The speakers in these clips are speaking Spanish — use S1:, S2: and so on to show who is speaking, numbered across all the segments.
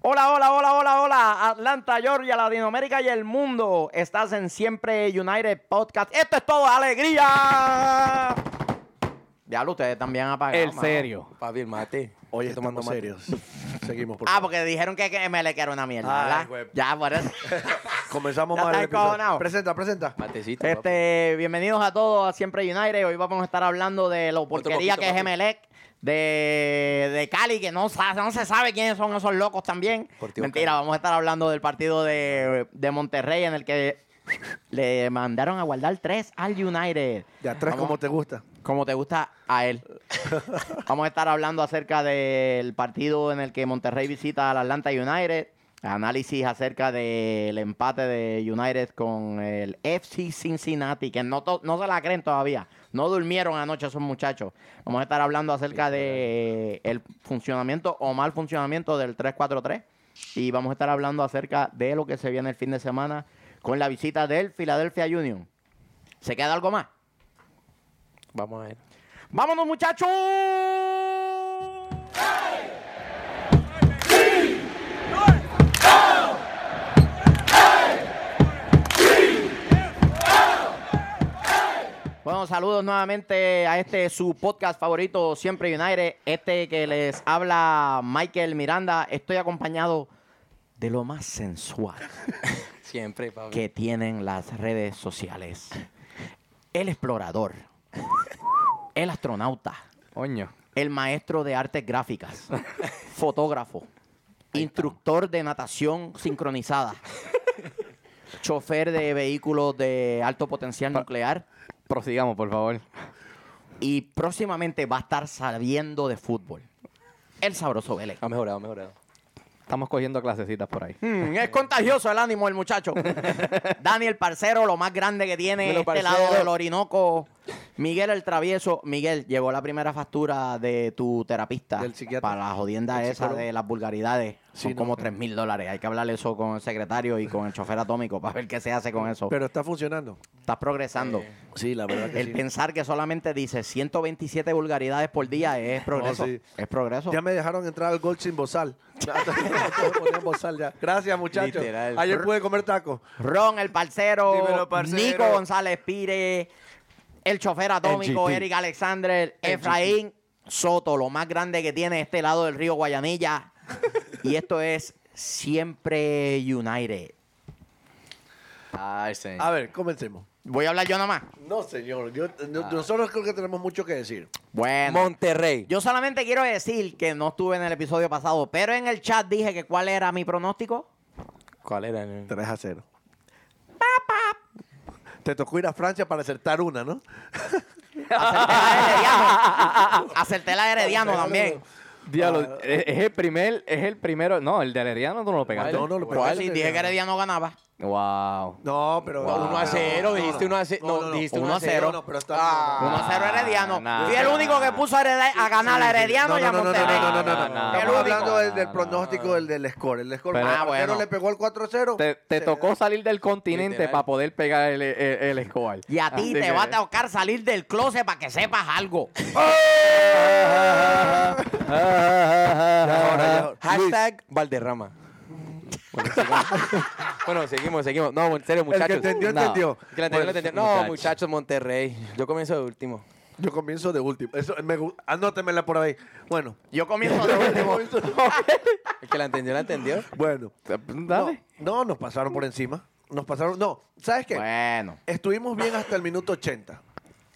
S1: Hola, hola, hola, hola, hola. Atlanta, Georgia, Latinoamérica y el mundo. Estás en Siempre United Podcast. Esto es todo alegría. Diablo, ustedes también han apagado.
S2: El
S1: mano.
S2: serio.
S3: Papi, el mate.
S4: Hoy
S3: Estoy tomando
S4: estamos
S3: mate.
S4: serios. Seguimos, por
S1: Ah,
S4: favor.
S1: porque dijeron que, que MLK era una mierda,
S4: Ay,
S1: ¿verdad?
S4: güey.
S1: ya, por eso.
S4: Comenzamos
S1: Ya
S4: mal el
S1: está encojonado.
S4: episodio. Presenta, presenta.
S3: Matecito. papi.
S1: Este, bienvenidos a todos a Siempre United. Hoy vamos a estar hablando de lo porquería
S3: poquito,
S1: que es
S3: papi.
S1: Emelec, de, de Cali, que no, sa- no se sabe quiénes son esos locos también.
S3: Deportivo
S1: Mentira,
S3: Cali.
S1: vamos a estar hablando del partido de, de Monterrey en el que le mandaron a guardar tres al United.
S4: Ya tres
S1: Vamos.
S4: como te gusta.
S1: Como te gusta a él. Vamos a estar hablando acerca del partido en el que Monterrey visita al Atlanta United. Análisis acerca del empate de United con el FC Cincinnati, que no, to- no se la creen todavía. No durmieron anoche esos muchachos. Vamos a estar hablando acerca de el funcionamiento o mal funcionamiento del 3-4-3. Y vamos a estar hablando acerca de lo que se viene el fin de semana con la visita del Philadelphia Union. ¿Se queda algo más?
S3: Vamos a ver.
S1: ¡Vámonos, muchachos! Bueno, saludos nuevamente a este su podcast favorito, Siempre United, este que les habla Michael Miranda. Estoy acompañado de lo más sensual
S3: Siempre, papi.
S1: que tienen las redes sociales. El explorador, el astronauta,
S2: Coño.
S1: el maestro de artes gráficas, fotógrafo, instructor de natación sincronizada, chofer de vehículos de alto potencial nuclear
S2: Prosigamos, por favor.
S1: y próximamente va a estar sabiendo de fútbol. El sabroso Vélez.
S3: Ha mejorado, ha mejorado.
S2: Estamos cogiendo clasecitas por ahí.
S1: Mm, es contagioso el ánimo del muchacho. Daniel Parcero, lo más grande que tiene
S3: Dímelo,
S1: este
S3: parcero.
S1: lado del Orinoco. Miguel el Travieso. Miguel, llegó la primera factura de tu terapista
S4: Del psiquiatra.
S1: para la jodienda
S4: Del
S1: esa
S4: psicólogo.
S1: de las vulgaridades. Son
S4: Sí, no. eh.
S1: como 3 mil dólares. Hay que hablar eso con el secretario y con el chofer atómico para ver qué se hace con eso.
S4: Pero está funcionando.
S1: Estás progresando.
S4: Sí, la verdad
S1: El pensar que solamente dice 127 vulgaridades por día es progreso.
S4: sí.
S1: Es progreso.
S4: Ya me dejaron entrar al gol sin bozal. Ya, todos ponían bozal ya. Gracias, muchachos.
S3: Literal.
S4: Ayer pude comer tacos.
S1: Ron, el parcero,
S5: Dímelo, parcero.
S1: Nico González Pire, el chofer atómico,
S4: NGT.
S1: Eric Alexander, Efraín Soto, lo más grande que tiene este lado del río Guayanilla. y esto es Siempre United.
S3: Ay, señor.
S4: A ver, comencemos.
S1: Voy a hablar yo nomás.
S4: No, señor. yo- no- Nosotros creo que tenemos mucho que decir.
S1: Bueno.
S3: Monterrey.
S1: yo solamente quiero decir que no estuve en el episodio pasado, pero en el chat dije que cuál era mi pronóstico.
S3: ¿Cuál era? nene?
S4: 3 a 0. Te tocó ir a Francia para acertar una, ¿no?
S1: Acerté la de Herediano. Acerté la de Herediano también.
S4: Ah,
S2: Diablo, es, es el primer, es el primero. No, el de Herediano tú no lo pegaste.
S4: No, no lo
S1: Porque
S4: pegaste.
S1: sí, dije que Herediano ganaba.
S2: Wow.
S4: No, pero.
S3: No, 1 a 0, dijiste 1 a 0. No, dijiste 1 a 0.
S4: No, pero está.
S3: Ah.
S1: 1 a 0 Pues Herediano.
S2: nah.
S1: Fui el único que puso a, Hereda- a ganar a Herediano
S4: No,
S1: y a
S4: no, no, no,
S1: Monterrey.
S4: no, no,
S2: Ah, nah,
S4: no, no, no. Estamos
S2: nah,
S4: hablando
S2: nah,
S4: del, del
S2: nah,
S4: pronóstico del, del score. El score.
S2: Pero-
S4: el
S1: Ah,
S4: portero
S1: bueno.
S4: le pegó el 4 a 0.
S2: Te, te tocó salir del continente
S3: Literal.
S2: para poder pegar el, el, el escobar.
S1: Y a ti
S2: Así
S1: te
S2: que-
S1: va a tocar salir del closet para que sepas algo.
S4: Ah,
S3: Hashtag Valderrama. Bueno, sigamos. bueno, seguimos, seguimos. No, en serio, muchachos.
S4: entendió,
S3: No. El
S4: entendió.
S3: que la entendió, la entendió. No,
S2: Muchachos.
S3: muchachos, Monterrey. Yo comienzo de último.
S4: Yo comienzo de último. Eso, me, gu- anótemela por ahí. Bueno.
S1: Yo comienzo de último.
S3: El que la entendió, la entendió.
S4: Bueno.
S2: Dale.
S4: No, no, nos pasaron por encima. Nos pasaron. No, ¿sabes qué?
S1: Bueno.
S4: Estuvimos bien hasta el minuto 80.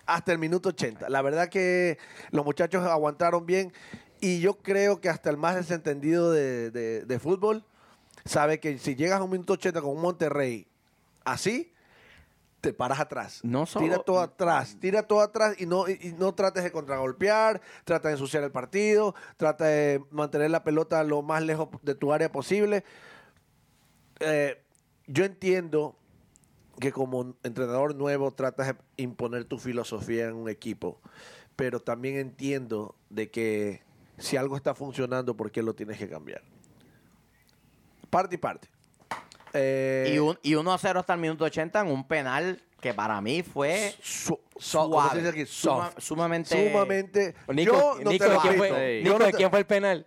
S4: Hasta el minuto 80. La verdad que los muchachos aguantaron bien. Y yo creo que hasta el más desentendido de, de- de fútbol sabe que si llegas a un minuto 80 con un Monterrey así, te paras atrás.
S1: No solo-
S4: Tira todo atrás. Tira todo atrás y no, y- y no trates de contragolpear. Trata de ensuciar el partido. Trata de mantener la pelota lo más lejos de tu área posible. Eh, yo entiendo que como entrenador nuevo tratas de imponer tu filosofía en un equipo, pero también entiendo de que si algo está funcionando, ¿por qué lo tienes que cambiar? Parte Eh, y parte. Eh,
S1: Y, un, y 1 a 0 hasta el minuto 80 en un penal que para mí fue
S4: Su- so- ¿cómo se
S1: suave,
S4: dice aquí?
S1: suma-
S4: Soft.
S1: sumamente,
S4: Sumamente.
S3: Nico,
S4: yo no
S3: Nico,
S4: te lo
S3: ¿quién,
S4: quito.
S3: fue,
S4: Yo
S3: Nico,
S4: no te- Ah.
S3: ¿quién fue el penal?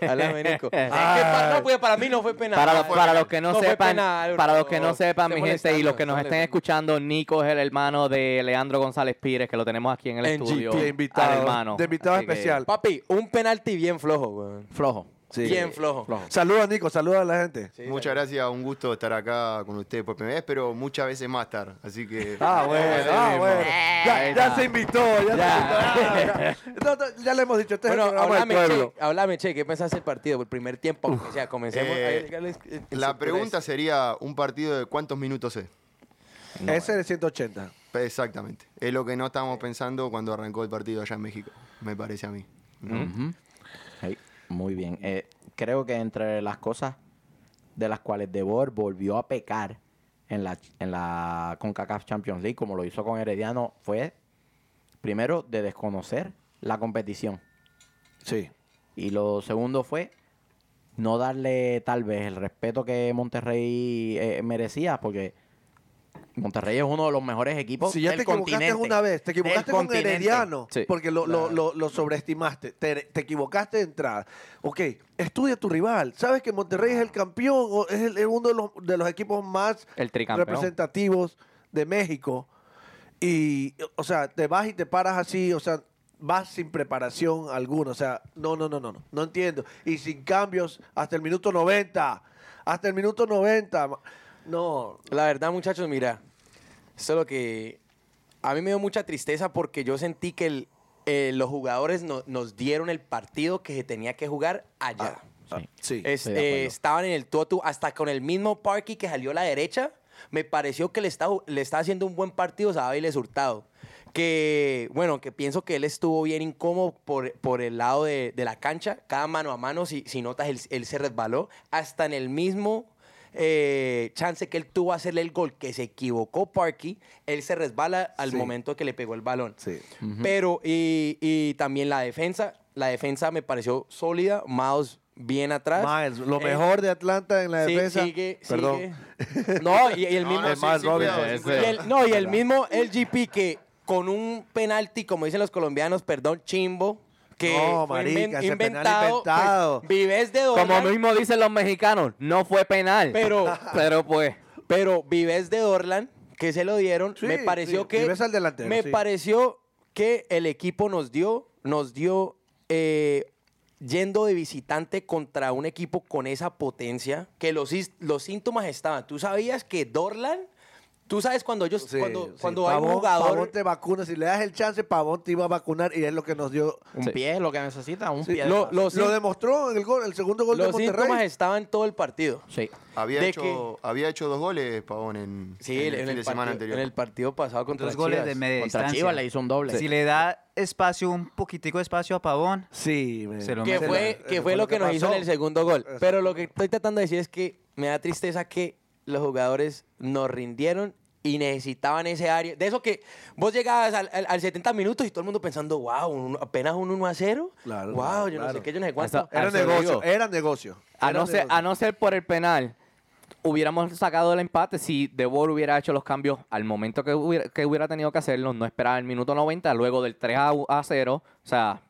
S3: Háblame, Nico. Es que pa- no, pues para mí no fue penal.
S2: Para los, para los que no,
S3: fue
S2: sepan,
S3: penal,
S2: para los que
S3: bro.
S2: no sepan, mi
S3: Estoy
S2: gente, y los que
S3: molestando,
S2: nos
S3: estoy
S2: estén
S3: molestando.
S2: escuchando, Nico es el hermano de Leandro González Pires, que lo tenemos aquí en el
S3: NGP,
S2: estudio.
S4: de
S2: al
S4: invitado,
S2: hermano.
S4: de invitado
S2: Así que,
S4: especial.
S3: Papi, un penalti bien flojo, weón.
S2: Flojo.
S4: Sí.
S3: Bien flojo.
S4: Saluda, Nico, saluda a la gente.
S5: Muchas gracias, un gusto estar acá con ustedes por primera vez, pero muchas veces más tarde, así que... Eh,
S4: Ah, bueno, ah, bueno.
S1: Eh,
S4: Ya,
S2: ahí
S4: ya
S2: está.
S4: se invitó, ya, se invitó. No, no, ya le hemos dicho, este es
S3: Bueno,
S4: el programa del
S3: hablame,
S4: pueblo.
S3: che, hablame, che, ¿qué pensaste del partido? Por el primer tiempo, aunque sea, comencemos.
S5: Eh,
S3: a ver, ¿cuál es- eh,
S5: La
S3: su-
S5: pregunta sería, ¿un partido de cuántos minutos es?
S4: Ese de 180.
S5: Exactamente. Es lo que no estábamos pensando cuando arrancó el partido allá en México, me parece a mí.
S1: Ujú. Hey, muy bien. Eh, creo que entre las cosas de las cuales De Boer volvió a pecar en la, en la CONCACAF Champions League, como lo hizo con Herediano, fue primero de desconocer la competición.
S4: Sí.
S1: Y lo segundo fue no darle tal vez el respeto que Monterrey eh, merecía, porque Monterrey es uno de los mejores equipos
S4: Si ya
S1: del
S4: te equivocaste
S1: continente.
S4: una vez, te
S1: Del
S4: equivocaste con
S1: continente.
S4: Herediano,
S2: Sí.
S4: porque lo, lo- lo- lo sobreestimaste, te, te equivocaste de entrada. Ok, estudia tu rival. Sabes que Monterrey es el campeón, o es, el- es uno de los, de los equipos más
S2: El tricampeón.
S4: representativos de México. Y, o sea, te vas y te paras así, o sea, vas sin preparación alguna. O sea, no, no, no, no, no, no entiendo. Y sin cambios hasta el minuto 90. Hasta el minuto 90. ma- No,
S3: La verdad, muchachos, mira, solo que a mí me dio mucha tristeza porque yo sentí que el- eh, los jugadores no- nos dieron el partido que se tenía que jugar allá.
S1: Sí.
S4: sí.
S3: Es-
S1: estoy de
S3: eh,
S1: acuerdo.
S3: estaban en el tú a tú, hasta con el mismo Parky que salió a la derecha, me pareció que le está, ju- le está haciendo un buen partido a Áviles Hurtado. Que, bueno, que pienso que él estuvo bien incómodo por, por el lado de, de la cancha. Cada mano a mano, si, si notas, él, él se resbaló. Hasta en el mismo eh, chance que él tuvo a hacerle el gol, que se equivocó Parky, él se resbala al
S4: Sí.
S3: momento que le pegó el balón.
S4: Sí.
S3: Pero, y, y también la defensa. La defensa me pareció sólida. Maos bien atrás.
S4: Miles, lo
S3: Eh,
S4: mejor de Atlanta en la
S3: sí,
S4: defensa.
S3: sigue,
S4: Perdón.
S3: sigue. No, y, y el
S5: No,
S3: mismo.
S5: no, sí, sí, cuidado, sí,
S2: ese.
S3: y
S5: cuidado.
S3: el, no, y el mismo LGP que con un penalti, como dicen los colombianos, perdón, chimbo. Que
S4: No,
S3: fue inven-
S4: marica, ese penal
S3: inventado. pues,
S4: inventado.
S3: Vives de dólar.
S2: Como mismo dicen los mexicanos, no fue penal.
S3: Pero-
S2: pero pues.
S3: Pero Vives de Dorlan, que se lo dieron,
S4: Sí,
S3: me pareció
S4: sí,
S3: que.
S4: Vives al delantero,
S3: Me
S4: sí.
S3: pareció que el equipo nos dio, nos dio eh, yendo de visitante contra un equipo con esa potencia, que los, is- los síntomas estaban. Tú sabías que Dorlan, tú sabes cuando ellos,
S4: Sí,
S3: cuando,
S4: sí.
S3: cuando hay un
S4: Pavón- Pavón
S3: jugador.
S4: te vacuna. Si le das el chance, Pavón te iba a vacunar y es lo que nos dio.
S1: Un
S2: Sí.
S1: pie, lo que necesita, un
S4: Sí,
S1: pie. de
S3: lo-
S1: paso.
S3: los
S4: lo
S3: sí-
S4: demostró en el, gol, el segundo gol de
S3: Los síntomas
S4: Monterrey.
S3: estaban todo el partido.
S1: Sí.
S5: Había,
S3: ¿De
S5: hecho, había hecho dos goles, Pavón, en,
S3: Sí, en,
S5: en el fin
S3: el
S5: de semana
S3: partido,
S5: anterior.
S3: en el partido pasado contra
S6: Dos goles
S3: Chivas.
S6: de media
S1: Contra
S6: distancia.
S1: Chivas le hizo un doble.
S6: Si le da espacio, un poquitico de espacio a Pavón,
S4: Sí, me-
S6: Se lo
S3: que
S6: mete
S3: fue,
S4: la-
S3: que fue lo que nos hizo
S4: pasó.
S3: en el segundo gol.
S4: Exacto.
S3: Pero lo que estoy tratando de decir es que me da tristeza que los jugadores nos rindieron y necesitaban ese área. De eso que vos llegabas al, al- al 70 minutos y todo el mundo pensando, wow, un- apenas un 1 a 0.
S4: Claro,
S3: wow,
S4: claro,
S3: yo no
S4: claro.
S3: sé qué, yo no sé cuánto.
S2: Hasta-
S4: Era
S2: Eso
S4: negocio,
S2: digo.
S4: era negocio.
S2: A
S3: Ah,
S4: Era
S2: no, ser,
S4: negocio.
S2: a no ser por el penal, hubiéramos sacado el empate si De Boer hubiera hecho los cambios al momento que hubiera, que hubiera tenido que hacerlos, no esperar el minuto 90, luego del 3 a, a 0. O sea,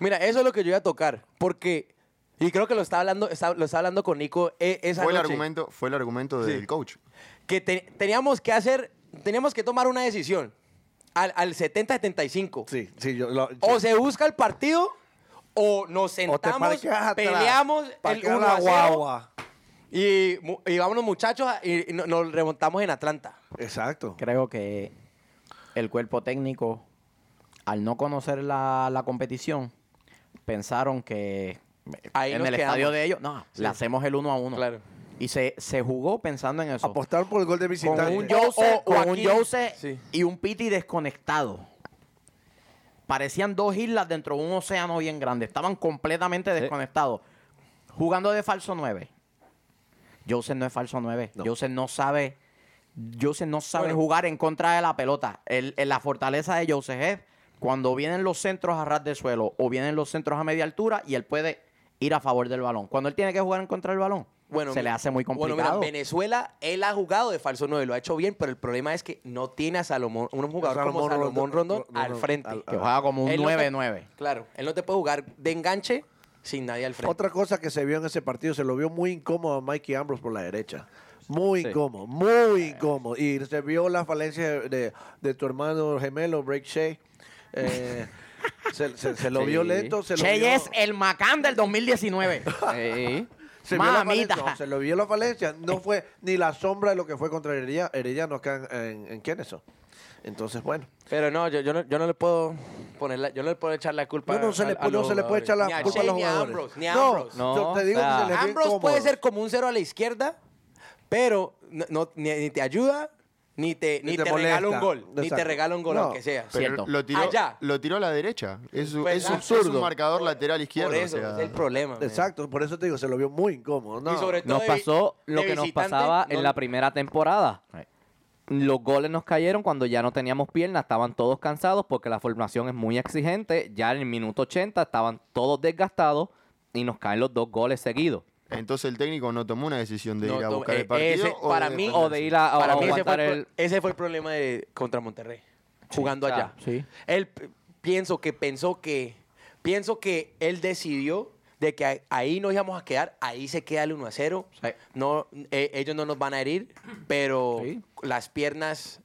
S3: Mira, eso es lo que yo iba a tocar. Porque, y creo que lo está hablando, está- lo está hablando con Nico e- esa
S5: fue, el
S3: noche.
S5: argumento, fue el argumento del coach.
S3: que te- teníamos que hacer, teníamos que tomar una decisión al, al 70-75.
S4: Sí, sí, yo. lo- sí.
S3: O se busca el partido o nos sentamos,
S4: parqueas atrás,
S3: peleamos el
S4: Parquea
S3: 1
S4: la
S3: a 0
S4: guagua.
S3: y, mu- y vámonos muchachos a- y no- nos remontamos en Atlanta.
S4: Exacto.
S1: Creo que el cuerpo técnico, al no conocer la, la competición, pensaron que
S3: Ahí
S1: en
S3: nos
S1: el
S3: quedamos.
S1: estadio de ellos, no, le hacemos el uno a uno.
S3: Claro.
S1: Y se, se jugó pensando en eso.
S4: Apostaron por el gol de
S1: con
S4: visitante.
S1: un
S3: yo-
S1: Jose,
S3: o- o
S1: con un
S3: aquí.
S1: Jose
S3: Sí.
S1: y un Piti desconectado. Parecían dos islas dentro de un océano bien grande. Estaban completamente desconectados. Jugando de falso 9. Jose no es falso 9. Jose no sabe. Jose no sabe
S3: Bueno.
S1: jugar en contra de la pelota. El- el- la fortaleza de Jose es cuando vienen los centros a ras de suelo o vienen los centros a media altura y él puede ir a favor del balón. Cuando él tiene que jugar en contra del balón,
S3: Bueno,
S1: Se le hace muy
S3: Bueno,
S1: complicado.
S3: mira, Venezuela, él ha jugado de falso 9, lo ha hecho bien, pero el problema es que no tiene a Salomón, un jugador como
S4: Salomón Rondón-
S3: Salomón Rondón,
S4: Rondón-
S3: al frente.
S4: al-
S1: Que juega como un
S3: Él no te-
S1: 9-9.
S3: Claro, él no te puede jugar de enganche sin nadie al frente.
S4: Otra cosa que se vio en ese partido, se lo vio muy incómodo a Mikey Ambrose por la derecha. Muy
S2: Sí.
S4: incómodo, muy
S3: Eh.
S4: incómodo. Y se vio la falencia de, de tu hermano gemelo, Break Shea. Eh, se, se- se lo
S2: Sí.
S4: vio lento, se lo
S1: Che
S4: vio...
S1: es el Macán del 2019.
S2: Ey,
S4: Se vio, la
S1: Mamita.
S4: falencia, no, se lo vio la falencia. No fue ni la sombra de lo que fue contra Heredia- Herediano acá en, en, en Kennesaw. Entonces, bueno.
S3: Pero no, yo, yo no, yo no le puedo poner la- yo no le puedo echar la culpa.
S4: No, no se
S3: al-
S4: le,
S3: a
S4: puede- no
S3: los
S4: se le puede echar la
S3: jugadores.
S4: culpa a los
S3: Ni a Shea,
S4: jugadores.
S3: Ni a Ambrose, ni a
S4: no,
S3: Ambrose.
S2: No,
S4: yo te digo
S2: o sea,
S4: que se les vio
S3: Ambrose puede
S4: incómodos.
S3: ser como un cero a la izquierda, pero no, no- ni, ni te ayuda, ni te, ni
S4: te
S3: te regala un
S4: molesta.
S3: gol. Ni te
S4: Exacto.
S3: regala un gol,
S4: No.
S3: aunque sea.
S1: Sí, Cierto.
S5: Pero lo tiró,
S3: Allá.
S5: lo tiró a la derecha. Es, un-
S3: Pues,
S5: es un,
S3: ah,
S5: es un
S3: zurdo.
S5: marcador lateral izquierdo.
S3: Por
S5: o
S3: eso,
S5: sea.
S3: es el problema. man.
S4: Exacto, por eso te digo, se lo vio muy incómodo. No.
S3: Y sobre todo
S2: Nos
S3: de-
S2: pasó lo
S3: de
S2: que nos
S3: visitante,
S2: pasaba
S3: no-
S2: en la primera temporada.
S1: Right.
S2: Los goles nos cayeron cuando ya no teníamos piernas, estaban todos cansados porque la formación es muy exigente. Ya en el minuto 80 estaban todos desgastados y nos caen los dos goles seguidos.
S5: Entonces el técnico no tomó una decisión de
S3: No,
S5: ir a
S3: no,
S5: buscar
S3: eh,
S5: el partido.
S3: ese,
S5: o
S3: para
S5: de
S3: mí-
S5: defenderse.
S2: O de ir a, a
S3: Para mí ese fue,
S2: aguantar
S3: el,
S2: el...
S3: pro- ese fue el problema de contra Monterrey, jugando
S2: o sea,
S3: allá. Él p- pienso que pensó que pienso que él decidió de que a- ahí nos íbamos a quedar, ahí se queda el 1 a 0.
S1: Sí.
S3: No, eh, ellos no nos van a herir, pero
S2: Sí.
S3: las piernas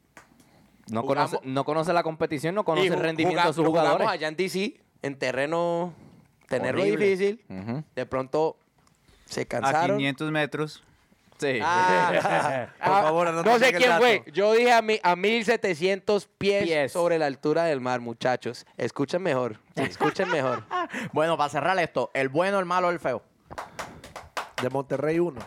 S2: No, conoce,
S3: Jugamos-
S2: no conoce la competición, no conoce
S3: Y
S2: el
S3: ju-
S2: rendimiento
S3: juga-
S2: de sus
S3: lo jugamos
S2: jugadores.
S3: allá en DC, en terreno tenerlo
S1: Horrible.
S3: difícil.
S1: Ujú.
S3: De pronto se
S6: A
S3: cansaron.
S6: 500 metros.
S2: Sí.
S3: Ah,
S4: Por
S3: ah,
S4: favor,
S3: no
S4: anoten
S3: sé
S4: el
S3: quién
S4: dato.
S3: fue. Yo dije a, mi- a 1700 pies,
S2: Pies.
S3: sobre la altura del mar, muchachos. Escuchen mejor, escuchen mejor.
S1: Bueno, para cerrar esto, el bueno, el malo, el feo.
S4: De Monterrey 1.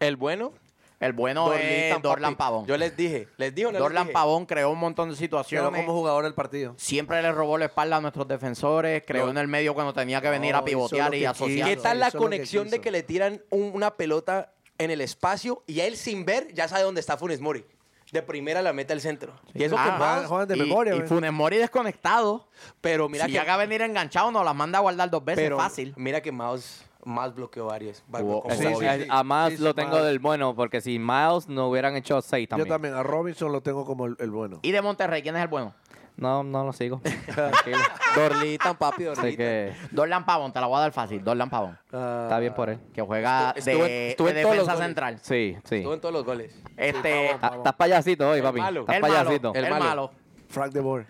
S3: El bueno,
S1: El bueno es
S3: Dorlan,
S1: Dorlan
S3: papi.
S1: eh, Pavón.
S3: Yo les dije, les digo, no les
S1: Dorlan
S3: dije?
S1: Pavón creó un montón de
S4: Quedó
S1: situaciones.
S4: como jugador del partido.
S1: Siempre le robó la espalda a nuestros defensores, creó
S3: No.
S1: en el medio cuando tenía que venir
S4: No,
S1: a pivotear
S4: hizo lo
S1: y
S4: que
S1: asociar.
S3: ¿Qué
S4: Eso,
S3: tal la
S4: eso es lo que
S3: conexión de
S4: quiso.
S3: que le tiran un- una pelota en el espacio y él sin ver ya sabe dónde está Funes Mori? De primera la mete al centro. Y eso
S1: Ah,
S3: que
S4: juegan-
S3: más-
S4: juegan de
S1: y,
S4: memoria,
S1: y
S4: güey.
S1: Funes Mori desconectado.
S3: pero mira
S1: si
S3: que
S1: llega a venir enganchado, nos las manda a guardar dos veces
S3: pero
S1: fácil.
S3: mira que Mouse más bloqueó varios. va-
S1: Hubo-
S3: como-
S4: Sí, sí,
S2: a,
S4: sí.
S2: a Miles
S4: Sí, sí,
S2: lo tengo
S4: Miles.
S2: del bueno, porque si Miles no hubieran hecho seis también.
S4: Yo también. A Robinson lo tengo como el, el bueno.
S1: Y de Monterrey, ¿quién es el bueno?
S2: No, no lo sigo. Tranquilo.
S3: Dorlitan, papi,
S2: Así
S3: Dorlitan.
S2: que
S1: Dorlan Pavón, te la voy a dar fácil. Dorlan Pavón,
S2: está bien por él.
S1: que juega
S3: Estuvo- estuvo-
S1: de,
S3: estuvo
S1: de
S3: en todos los
S1: defensa
S3: goles.
S1: central.
S2: Sí, sí.
S3: Estuvo en todos los goles.
S1: Este,
S2: Ta- Estás payasito hoy, papi.
S3: malo.
S2: Estás
S1: el malo,
S2: payasito.
S1: el
S3: El
S1: malo.
S3: malo.
S4: Frank de Boer.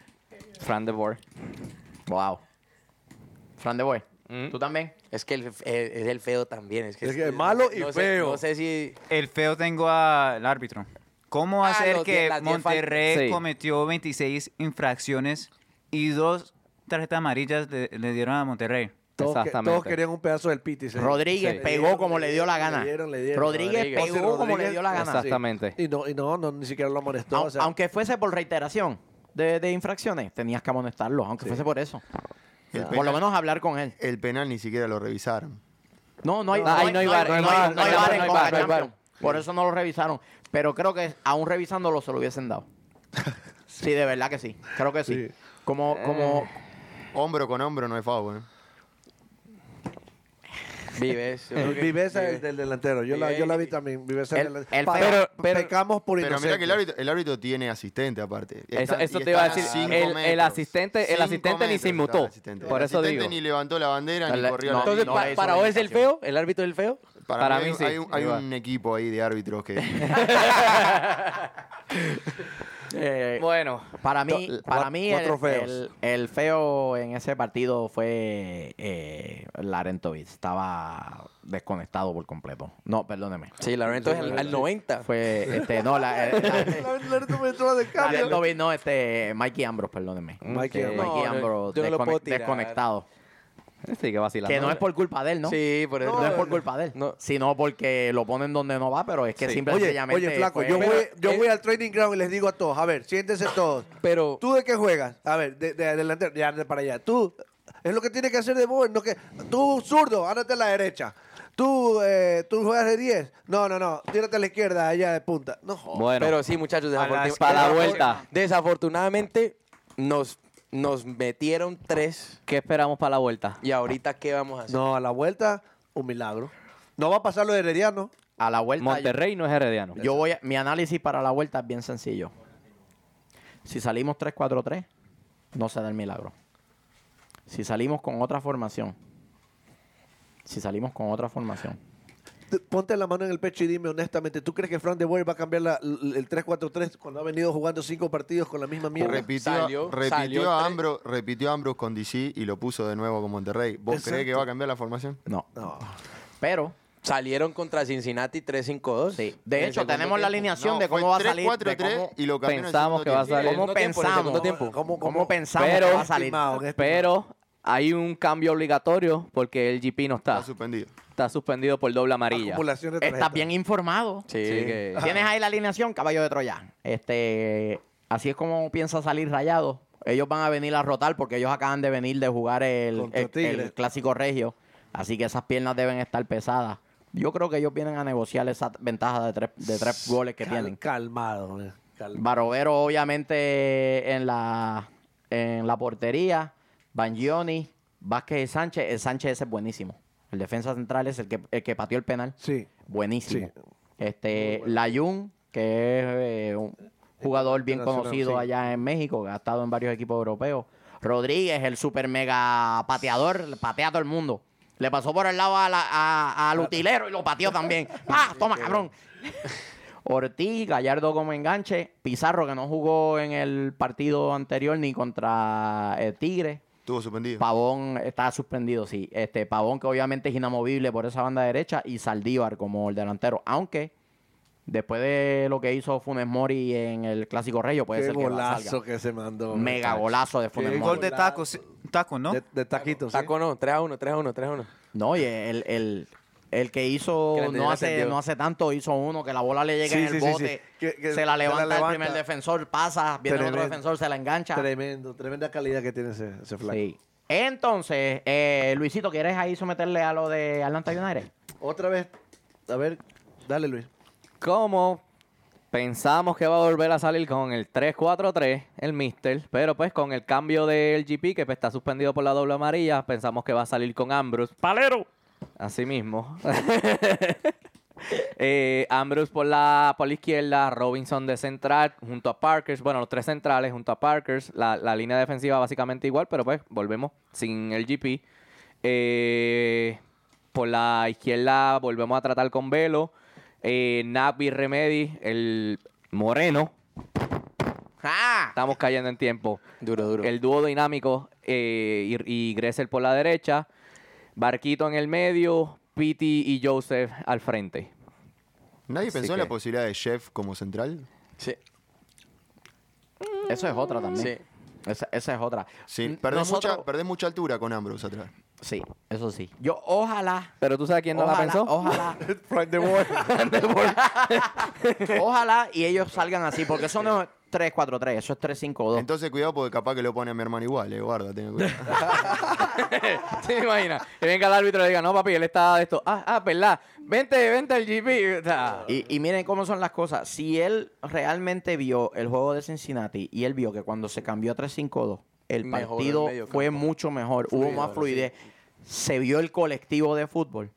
S2: Fran de Boer.
S1: Wow. Fran de Boer, ¿tú también?
S3: Es que el, eh, es el feo también. Es que,
S4: Es que malo y
S3: no sé-
S4: feo.
S3: no sé si...
S6: El feo tengo al árbitro. ¿Cómo
S3: Ah,
S6: hacer
S3: los die-
S6: que
S3: las diez fal-
S6: Monterrey
S2: Sí.
S6: cometió 26 infracciones y dos tarjetas amarillas le, le dieron a Monterrey?
S4: Todos, que-
S2: Exactamente.
S4: todos querían un pedazo del piti. sí.
S1: Rodríguez
S2: Sí.
S1: pegó
S4: Le dieron,
S1: como le dio la gana.
S4: le dieron, le dieron.
S1: Rodríguez,
S3: Rodríguez.
S1: pegó
S4: José
S1: como le
S4: Rodríguez,
S1: dio la gana.
S4: sí.
S2: Exactamente.
S4: Y no, y no, no, ni siquiera lo amonestó.
S1: Au-
S4: o sea,
S1: aunque fuese por reiteración de, de infracciones, tenías que amonestarlo, aunque fuese por eso.
S5: El
S1: Por
S5: penal-
S1: lo menos hablar con él.
S5: El penal ni siquiera lo revisaron.
S1: No, no hay
S2: No, ahí no hay bar,
S1: no hay
S2: no hay
S1: bar,
S2: bar,
S1: no hay
S2: no
S1: bar
S2: hay
S1: en
S2: bar,
S1: Copa
S2: no hay bar.
S1: Champions. Por eso no lo revisaron. Pero creo que aún revisándolo se lo hubiesen dado. sí, de verdad que sí. Creo que sí.
S4: Sí.
S1: Como, como,
S5: Hombro con hombro no hay foul. ¿eh?
S3: Vives. yo creo
S4: el
S3: que-
S4: viveza
S3: Vives.
S4: el del delantero. Yo la, yo la vi también. Viveza del
S1: El-
S4: delantero.
S1: el
S4: Pa-
S1: feo-
S2: pero-
S4: pecamos por
S5: Pero mirá
S4: inocentes.
S5: que el árbitro, el árbitro tiene asistente aparte. Y
S2: Eso-
S5: están-
S2: eso
S5: y
S2: te iba a
S5: están
S2: decir.
S5: cinco
S2: El- el
S5: metros.
S2: asistente- el
S5: Cinco
S2: asistente ni
S5: metros
S2: se
S5: estaba
S2: inmutó.
S5: el asistente.
S2: Por
S5: el
S2: eso
S5: asistente
S2: digo.
S5: ni levantó la bandera
S1: Dale,
S5: ni corrió
S1: no,
S5: la
S3: Entonces,
S1: no
S3: pa-
S1: le hizo
S3: ¿para
S1: una
S3: vos es el feo? ¿El árbitro del feo?
S5: Para,
S2: Para
S5: mí,
S2: mí
S5: hay-
S2: sí.
S5: Hay, un, hay
S2: Igual.
S5: un equipo ahí de árbitros que.
S1: eh,
S2: Bueno.
S1: para mí,
S4: to-
S1: para
S4: cua-
S1: mí el,
S4: cuatro feos.
S1: el- el feo en ese partido fue eh, Larentovic. Estaba desconectado por completo. No, perdóneme.
S3: Sí, la verdad, entonces al, al 90.
S1: Fue, este, no, la, eh, la-
S4: El árbitro me entró de cambio.
S1: Larentovic, no, este, Mikey Ambrose, perdóneme.
S4: Mikey
S1: Eh,
S4: Ambrose.
S3: No,
S1: Mikey
S3: no,
S1: Ambrose,
S3: yo no lo
S1: descone-
S3: puedo tirar.
S1: desconectado.
S2: Sí, que Este vacilando.
S1: Que no es por culpa de él, ¿no?
S3: Sí, por eso.
S1: No, es por culpa de él,
S3: No.
S1: sino porque lo ponen donde no va, pero es que
S2: Sí.
S1: simplemente
S4: Oye, oye, flaco, yo
S3: Pero-
S4: voy, yo
S3: eh,
S4: voy al training ground y les digo a todos, a ver, siéntense todos.
S3: Pero
S4: ¿Tú de qué juegas? A ver, de, de delantero, ya ande para allá. Tú, es lo que tiene que hacer de Bowen, no que tú zurdo, ándate a la derecha. Tú, eh, tú juegas de 10. No, no, no, tírate a la izquierda, allá de punta. No jodas.
S2: Bueno.
S3: Pero sí, muchachos, desafortun-
S6: las- para la
S3: desafor-
S2: vuelta.
S3: Desafortunadamente nos, nos metieron tres
S2: ¿Qué esperamos para la vuelta?
S3: y ahorita ¿qué vamos a hacer?
S4: No, a la vuelta, un milagro. No va a pasar lo de Herediano.
S1: A la vuelta.
S2: Monterrey no es herediano.
S1: Yo, yo voy a- mi análisis para la vuelta es bien sencillo. Si salimos 3-4-3, no se da el milagro. Si salimos con otra formación, si salimos con otra formación,
S4: T- Ponte la mano en el pecho y dime honestamente, ¿tú crees que Fran de Boer va a cambiar la- l- el 3-4-3 cuando ha venido jugando cinco partidos con la misma mierda?
S5: Repitió,
S3: Salió-
S5: repitió
S3: salió
S5: a
S3: tres-
S5: Ambro, repitió a Ambrose con DC y lo puso de nuevo con Monterrey. ¿Vos crees que
S4: Exacto.
S5: va a cambiar la formación?
S1: no.
S4: No.
S1: Pero,
S3: Salieron contra Cincinnati 3-5-2.
S1: sí.
S3: En
S1: De
S3: el
S1: hecho,
S3: segundo
S1: tenemos la
S3: tiempo.
S1: alineación
S5: No,
S1: de
S5: fue
S1: cómo va a salir.
S5: 3-4-3
S1: de cómo-
S5: y lo cambió en el
S2: pensamos
S5: segundo
S2: que va a
S5: tiempo.
S2: salir.
S1: ¿Cómo
S3: segundo tiempo, en el
S1: pensamos?
S3: segundo tiempo.
S1: ¿Cómo,
S4: ¿Cómo
S1: pensamos
S2: Pero-
S1: que va a salir?
S4: Estimado, que-
S2: Pero hay un cambio obligatorio porque el GP no está.
S5: Está suspendido.
S2: Está suspendido por doble amarilla.
S4: Acumulación de
S1: Estás
S4: tarjetas.
S1: bien informado.
S3: Sí.
S2: Así que-
S1: Tienes ahí la alineación, caballo de Troya. Este, así es como piensa salir rayado. Ellos van a venir a rotar porque ellos acaban de venir de jugar el,
S4: Contra
S1: el-
S4: Tigres.
S1: el clásico regio. Así que esas piernas deben estar pesadas. Yo creo que ellos vienen a negociar esa ventaja de tres, de tres goles que
S4: Cal-
S1: tienen.
S4: Calmado, eh, calmado.
S1: Barovero, obviamente, en la, en la portería. Bangioni, Vázquez y Sánchez. El Sánchez ese es buenísimo. El defensa central es el que, el que pateó el penal.
S4: Sí.
S1: Buenísimo.
S4: Sí.
S1: Este, Layun, que es eh, un jugador bien
S4: Internacional,
S1: conocido
S4: sí.
S1: allá en México, que ha estado en varios equipos europeos. Rodríguez, el super mega pateador, le patea a todo el mundo. Le pasó por el lado a la- a- al utilero y lo pateó también. ¡Pah! ¡Toma, cabrón! Ortiz, Gallardo como enganche, Pizarro, que no jugó en el partido anterior ni contra eh, Tigres.
S5: Estuvo suspendido.
S1: Pavón está suspendido, sí. Este, Pavón, que obviamente es inamovible por esa banda derecha, y Saldívar como el delantero. Aunque, después de lo que hizo Funes Mori en el Clásico Reyo, puede
S4: Qué
S1: ser que va-
S4: golazo
S1: salga.
S4: que se mandó.
S1: Mega
S4: muchacho.
S1: golazo de
S4: Qué
S1: Funes
S6: El
S1: Mori.
S6: gol de taco, sí, taco, ¿no?
S4: De, de taquitos. ¿sí?
S3: Taco no, 3-1, 3-1, 3-1.
S1: No, y el, el, el que hizo
S3: Que le entendió,
S1: no
S3: le
S1: hace,
S3: entendió.
S1: no hace tanto, hizo uno, que la bola le llega
S4: Sí,
S1: en el
S4: sí, sí, sí.
S1: bote,
S4: Que- que
S1: se la
S4: se la
S1: levanta,
S4: levanta.
S1: el primer defensor, pasa, viene el otro
S4: Tremendo.
S1: defensor, se la engancha.
S4: Tremendo, tremenda calidad que tiene ese, ese flaco.
S1: Sí. Entonces, eh, Luisito, ¿quieres ahí someterle a lo de Atlanta United?
S4: Otra vez, a ver, dale Luis.
S2: como pensamos que va a volver a salir con el 3-4-3, el Mister, pero pues con el cambio del GP que pues, está suspendido por la doble amarilla, pensamos que va a salir con Ambrose. ¡Palero! Así mismo. Eh, Ambrose por la, por la izquierda, Robinson de central junto a Parkers, bueno, los tres centrales junto a Parkers, la, la línea defensiva básicamente igual, pero pues volvemos sin el GP. Eh, por la izquierda volvemos a tratar con Velo, eh, Napi Remedy, el Moreno,
S1: ¡Ah!
S2: estamos cayendo en tiempo.
S3: Duro, duro.
S2: El dúo dinámico eh, y, y Gressel por la derecha, Barquito en el medio, Piti y Joseph al frente.
S5: ¿Nadie
S2: Así
S5: pensó en la
S2: que-
S5: posibilidad de Chef como central?
S3: Sí,
S1: Eso es otra también.
S3: sí.
S1: Esa, esa es otra.
S5: Sí,
S1: N-
S5: perdés,
S1: nosotros-
S5: mucha, perdés mucha altura con Ambrose atrás.
S1: Sí, eso sí. Yo ojalá.
S2: Pero tú sabes quién no
S1: ojalá,
S2: la pensó.
S1: Ojalá,
S4: Frank de Boer.
S1: ojalá y ellos salgan así, porque eso no es 3-4-3, eso es 3-5-2.
S5: Entonces, cuidado porque capaz que lo pone a mi hermano igual, eh, guarda, tenga cuidado.
S2: ¿Te imaginas? Que venga el árbitro y le diga, no, papi, él está de esto. Ah, ah, verdad. Vente, vente al GP. O sea,
S1: Y, y miren cómo son las cosas. Si él realmente vio el juego de Cincinnati y él vio que cuando se cambió a 3-5-2, el
S3: Mejoró el
S1: partido
S3: medio
S1: fue
S3: campo.
S1: mucho mejor, hubo
S3: Fluido,
S1: más
S3: sí.
S1: fluidez, se vio el colectivo de fútbol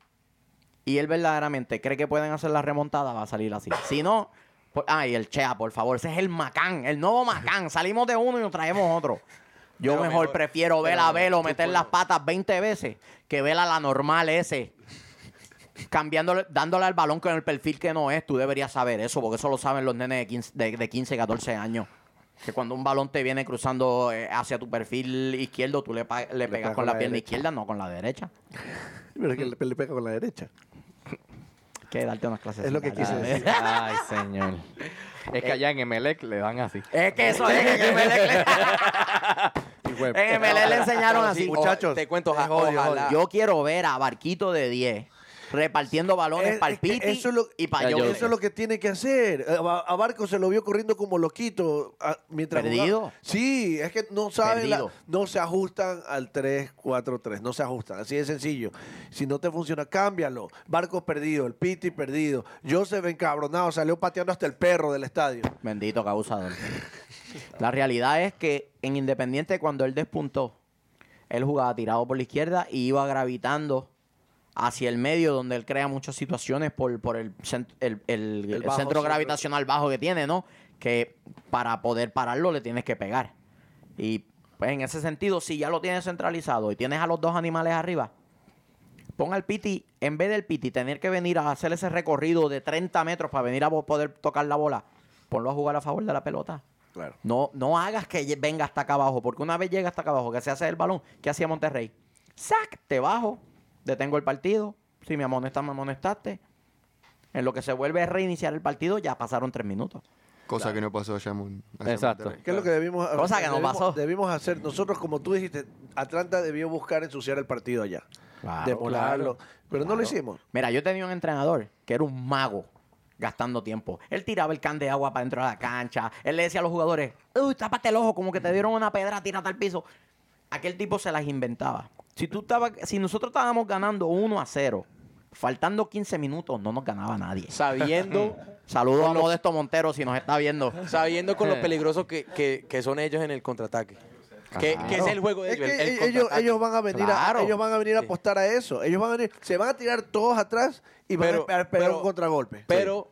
S1: y él verdaderamente cree que pueden hacer la remontada, va a salir así. Si no, por- ay, el Chea, por favor, ese es el Macán, el nuevo Macán. Salimos de uno y nos traemos otro. Yo
S3: Pero
S1: mejor,
S3: mejor,
S1: prefiero ver
S3: pero
S1: a
S3: mejor,
S1: Velo
S3: sí,
S1: meter
S3: por-
S1: las patas 20 veces que ver a la normal ese cambiándole, dándole al balón con el perfil que no es, tú deberías saber eso, porque eso lo saben los nenes de 15, de, de 15 14 años. Que cuando un balón te viene cruzando eh, hacia tu perfil izquierdo, tú le, pa- le pegas
S4: pegas
S1: con
S4: con
S1: la,
S4: la
S1: pierna
S4: derecha.
S1: izquierda, no con la derecha.
S4: Pero es que le, le pega con la derecha.
S1: Que darte unas clases.
S4: Es lo que quise decir.
S2: Ay, señor. Es que allá en Emelec le dan así.
S1: Es que eso es que en MLE le, en MLE le enseñaron
S3: Pero Ah, sí,
S1: así.
S3: oja-
S4: muchachos,
S3: Te cuento,
S4: es
S3: ja-
S4: odio, es
S3: ojalá.
S1: Yo quiero ver a Barquito de 10 repartiendo balones
S4: Es-
S1: para el
S4: es que
S1: Piti
S4: eso es lo-
S1: y para
S2: Ya, yo-
S4: Eso es lo que tiene que hacer. A, a Barco se lo vio corriendo como loquito a- mientras jugaba.
S1: Perdido.
S4: Sí, es que no saben, la-
S1: Perdido.
S4: no se ajustan al 3-4-3, no se ajustan, así de sencillo. Si no te funciona, cámbialo. Barco perdido, el Piti perdido, Joseph encabronado, salió pateando hasta el perro del estadio.
S1: Bendito causador. La realidad es que en Independiente, cuando él despuntó, él jugaba tirado por la izquierda y iba gravitando hacia el medio, donde él crea muchas situaciones por, por el, cent- el- el- el centro
S4: bajo centro.
S1: gravitacional bajo que tiene, ¿no? Que para poder pararlo le tienes que pegar. Y pues, en ese sentido, si ya lo tienes centralizado y tienes a los dos animales arriba, ponga al Piti, en vez del Piti tener que venir a hacer ese recorrido de 30 metros para venir a bo- poder tocar la bola, ponlo a jugar a favor de la pelota.
S4: Claro.
S1: No, no hagas que lle- venga hasta acá abajo, porque una vez llega hasta acá abajo, que se hace el balón, ¿qué hacía Monterrey? ¡Sac! Te bajo, detengo el partido. Si me amonestas, me amonestaste. En lo que se vuelve a reiniciar el partido, ya pasaron tres minutos.
S5: Cosa que no pasó allá en Mon- allá en
S2: Exacto.
S5: Monterrey.
S4: ¿Qué es lo que debimos
S1: Cosa que nos
S4: debimos-
S1: pasó.
S4: Debimos hacer. Nosotros, como tú dijiste, Atlanta debió buscar ensuciar el partido allá. demolarlo. Pero no lo hicimos.
S1: Mira, yo tenía un entrenador que era un mago gastando tiempo. Él tiraba el can de agua para dentro de la cancha. Él le decía a los jugadores, uy, tápate el ojo, como que te dieron una pedra, tírate al piso. Aquel tipo se las inventaba. Si, tú estabas, si nosotros estábamos ganando 1 a 0, faltando 15 minutos, no nos ganaba nadie.
S3: Sabiendo,
S1: Saludos a Modesto Montero si nos está viendo.
S3: sabiendo con lo peligroso que, que- que son ellos en el contraataque. Que, que es el juego de
S4: Es
S3: ellos. el-
S4: que
S3: el
S4: e- ellos,
S3: contraataque.
S4: ellos van a venir
S1: Claro.
S4: a ellos van a venir a apostar a eso. Ellos van a venir, se van a tirar todos atrás y van a
S3: Pero-
S4: esperar, esperar
S3: pero-
S4: un contragolpe.
S3: Pero,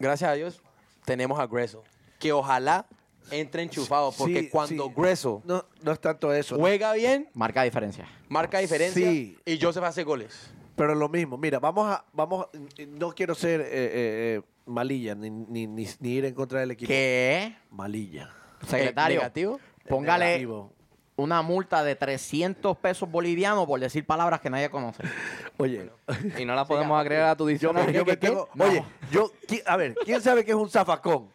S3: gracias a Dios, tenemos a Greso. Que ojalá entre enchufado.
S4: Sí,
S3: Porque
S4: sí.
S3: cuando Greso
S4: no, no es tanto eso.
S3: juega bien,
S1: Marca diferencia.
S3: marca diferencia
S4: Sí.
S3: y Joseph hace goles.
S4: Pero lo mismo, mira, vamos a, vamos, a- no quiero ser eh, eh, eh, malilla, ni, ni, ni, ni ir en contra del equipo.
S1: ¿Qué?
S4: Malilla.
S1: Secretario,
S3: Eh, negativo.
S1: póngale
S4: Negativo.
S1: una multa de 300 pesos bolivianos por decir palabras que nadie conoce.
S4: Oye,
S2: Y no la podemos agregar a tu
S4: yo me,
S2: diccionario.
S4: yo me tengo- oye, yo, qui- a ver, ¿quién sabe qué es un zafacón?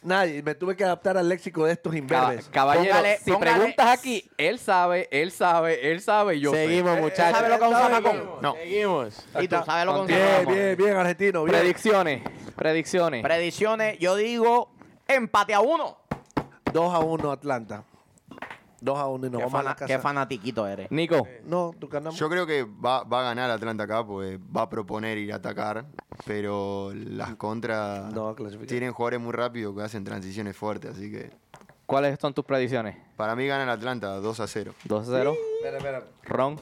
S4: Nadie, me tuve que adaptar al léxico de estos
S2: Cab-
S4: imberbes.
S2: Ah, Caballero,
S1: Póngale-
S2: si
S1: póngale-
S2: preguntas aquí, él sabe, él sabe, él sabe y yo sé. Eh,
S3: Seguimos, muchachos.
S1: ¿Sabe lo que es un zafacón?
S5: No.
S3: Seguimos.
S1: Y tú sabes lo que es un
S4: Bien,
S1: zafacón.
S4: bien, bien, argentino, bien.
S2: Predicciones, predicciones.
S1: Predicciones, yo digo empate a uno.
S4: 2 a 1 Atlanta. 2 a 1 y nos
S1: Qué,
S4: vamos a la
S1: fana- qué
S4: casa.
S1: fanatiquito eres.
S2: Nico,
S4: No, tú ganamos.
S5: Yo creo que va, va a ganar Atlanta acá, pues va a proponer ir a atacar, pero las contras
S4: No va a clasificar.
S5: tienen jugadores muy rápidos que hacen transiciones fuertes, así que
S2: ¿cuáles son tus predicciones?
S5: para mí gana el Atlanta 2 a 0.
S2: 2-0.
S4: Espera, espera.
S2: Ron.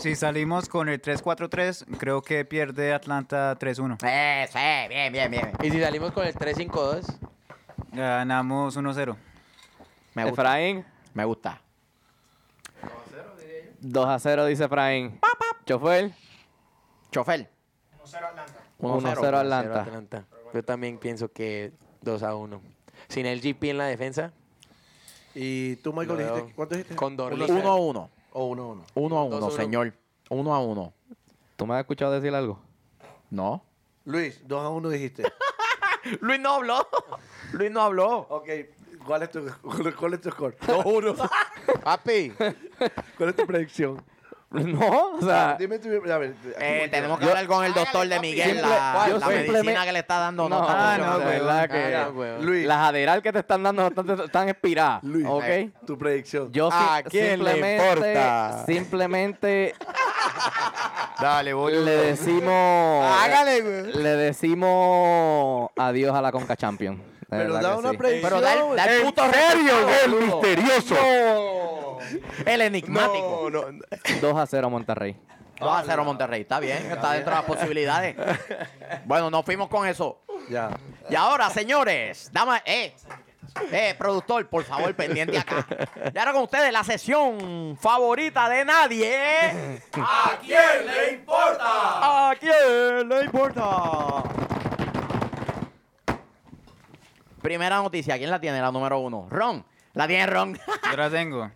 S6: Si salimos con el 3-4-3, creo que pierde Atlanta 3-1.
S1: Eh, sí, bien, bien, bien.
S3: Y si salimos con el 3-5-2,
S6: Ganamos 1-0.
S1: Me gusta.
S2: Efraín.
S1: Me gusta.
S2: 2 a 0 dice Efraín. Chofer.
S1: Chofer. 1-0
S2: 1-0
S1: Atlanta.
S2: Atlanta.
S3: Atlanta. Yo también pienso que 2 a 1. Sin el GP en la defensa,
S4: Y tú, Michael,
S3: Lo veo.
S4: dijiste, ¿cuánto dijiste?
S3: Con Dorlin.
S1: 1 a 1.
S4: O 1 a 1.
S1: 1 a
S3: Dos
S1: 1,
S3: uno.
S1: señor. 1 a 1.
S2: ¿Tú me has escuchado decir algo?
S1: No.
S4: Luis, 2 a 1 dijiste.
S1: Luis no habló. Luis no habló.
S4: ok, ¿cuál es tu, cuál es tu score?
S3: 2-1. Papi,
S4: ¿Cuál es tu predicción?
S2: No, o sea.
S4: Dime tu... A ver, aquí voy yo.
S1: Eh, tenemos que hablar con el doctor de Miguel,
S3: Simple-
S1: la,
S3: yo
S1: la
S2: simple-
S1: medicina que le está dando. No,
S6: Ah,
S1: está
S6: no,
S1: funcionando.
S2: de verdad que.
S3: Ah, weón.
S4: Luis.
S2: Las aderal que te están dando no están, están expiradas.
S4: Luis,
S2: ¿Ok?
S4: tu predicción.
S2: Yo sí-
S3: ¿A quién le importa?
S2: Simplemente
S5: Dale, boludo.
S2: le decimos.
S3: Hágale, güey.
S2: Le decimos adiós a la Conca Champion. De
S4: pero
S2: verdad
S4: da
S2: que
S4: una
S2: sí.
S4: predicción.
S1: Pero da el, da el puto resultado, boludo. El enigmático.
S3: No, no, no.
S2: 2 a 0 Monterrey.
S1: 2 a 0 Monterrey. Está bien, está dentro de las posibilidades. Bueno, nos fuimos con eso.
S4: Ya.
S1: Y ahora, señores, dama, eh, eh, productor, por favor, pendiente acá. Y ahora con ustedes la sesión favorita de nadie. ¿A quién le importa? ¿A quién le importa? Primera noticia, ¿quién la tiene? La número uno. Ron. La tiene Ron.
S6: Yo la tengo.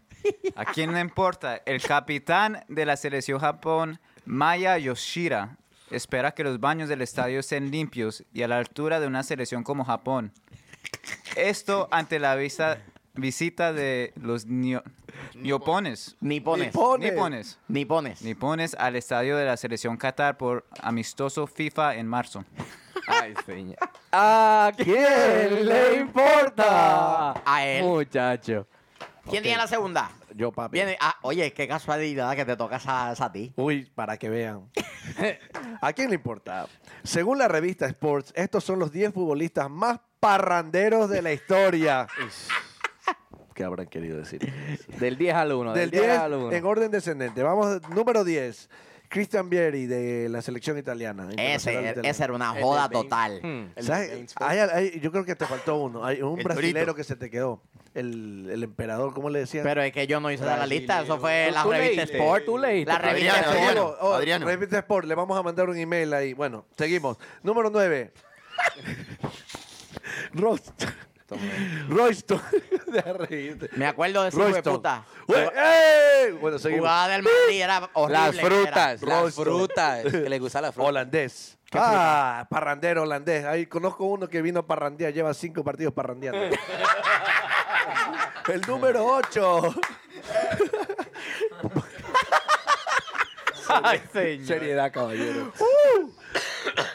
S6: ¿A quién le importa? El capitán de la selección Japón, Maya Yoshira, espera que los baños del estadio estén limpios y a la altura de una selección como Japón. Esto ante la visa- visita de los nio- niopones.
S1: Nipones.
S6: Nipones.
S1: Nipones.
S6: Nipones al estadio de la selección Qatar por amistoso FIFA en marzo.
S2: Ay, señor. ¿A quién le importa?
S1: A él.
S2: Muchacho.
S1: ¿Quién tiene la segunda?
S4: Yo, papi.
S1: Viene, ah, oye, qué casualidad que te toca esa, esa a ti.
S4: Uy, para que vean. ¿A quién le importa? Según la revista Sports, estos son los 10 futbolistas más parranderos de la historia. ¿Qué habrán querido decir?
S2: Del 10 al 1.
S4: Del 10 en orden descendente. Vamos, número 10. Christian Vieri de la selección italiana. internacional
S1: Ese,
S4: italiana.
S1: ese era una
S3: El
S1: joda
S3: del veinte.
S1: total.
S2: Hmm.
S3: El
S4: ¿Sabes?
S3: de Mainz,
S4: Hay- hay- yo creo que te faltó uno. Hay un
S5: El
S4: brasilero
S5: torito.
S4: que se te quedó. El, el emperador, ¿cómo le decían?
S1: Pero es que yo no hice la lista, eso fue
S2: ¿Tú-
S1: la
S2: tú
S1: revista
S2: leíste?
S1: Sport.
S2: ¿Tú leíste?
S1: La revista
S5: Adriano,
S1: Sport.
S5: Adriano.
S4: Oh, Revista Sport, le vamos a mandar un email ahí. Bueno, seguimos. Número 9. Royston. Royston. Deja reírte.
S1: Me acuerdo de ese hijo de
S4: Royston.
S1: puta.
S4: Ué, ey. Bueno, seguimos.
S1: Jugada del Madrid era horrible.
S3: Las
S1: era.
S3: frutas, las
S4: Rostro.
S3: frutas. Que le gusta la fruta.
S4: Holandés. Ah, parrandero holandés. Ahí conozco uno que vino a parrandear, lleva cinco partidos parrandeando. El número 8. Seriedad, caballero. Uh.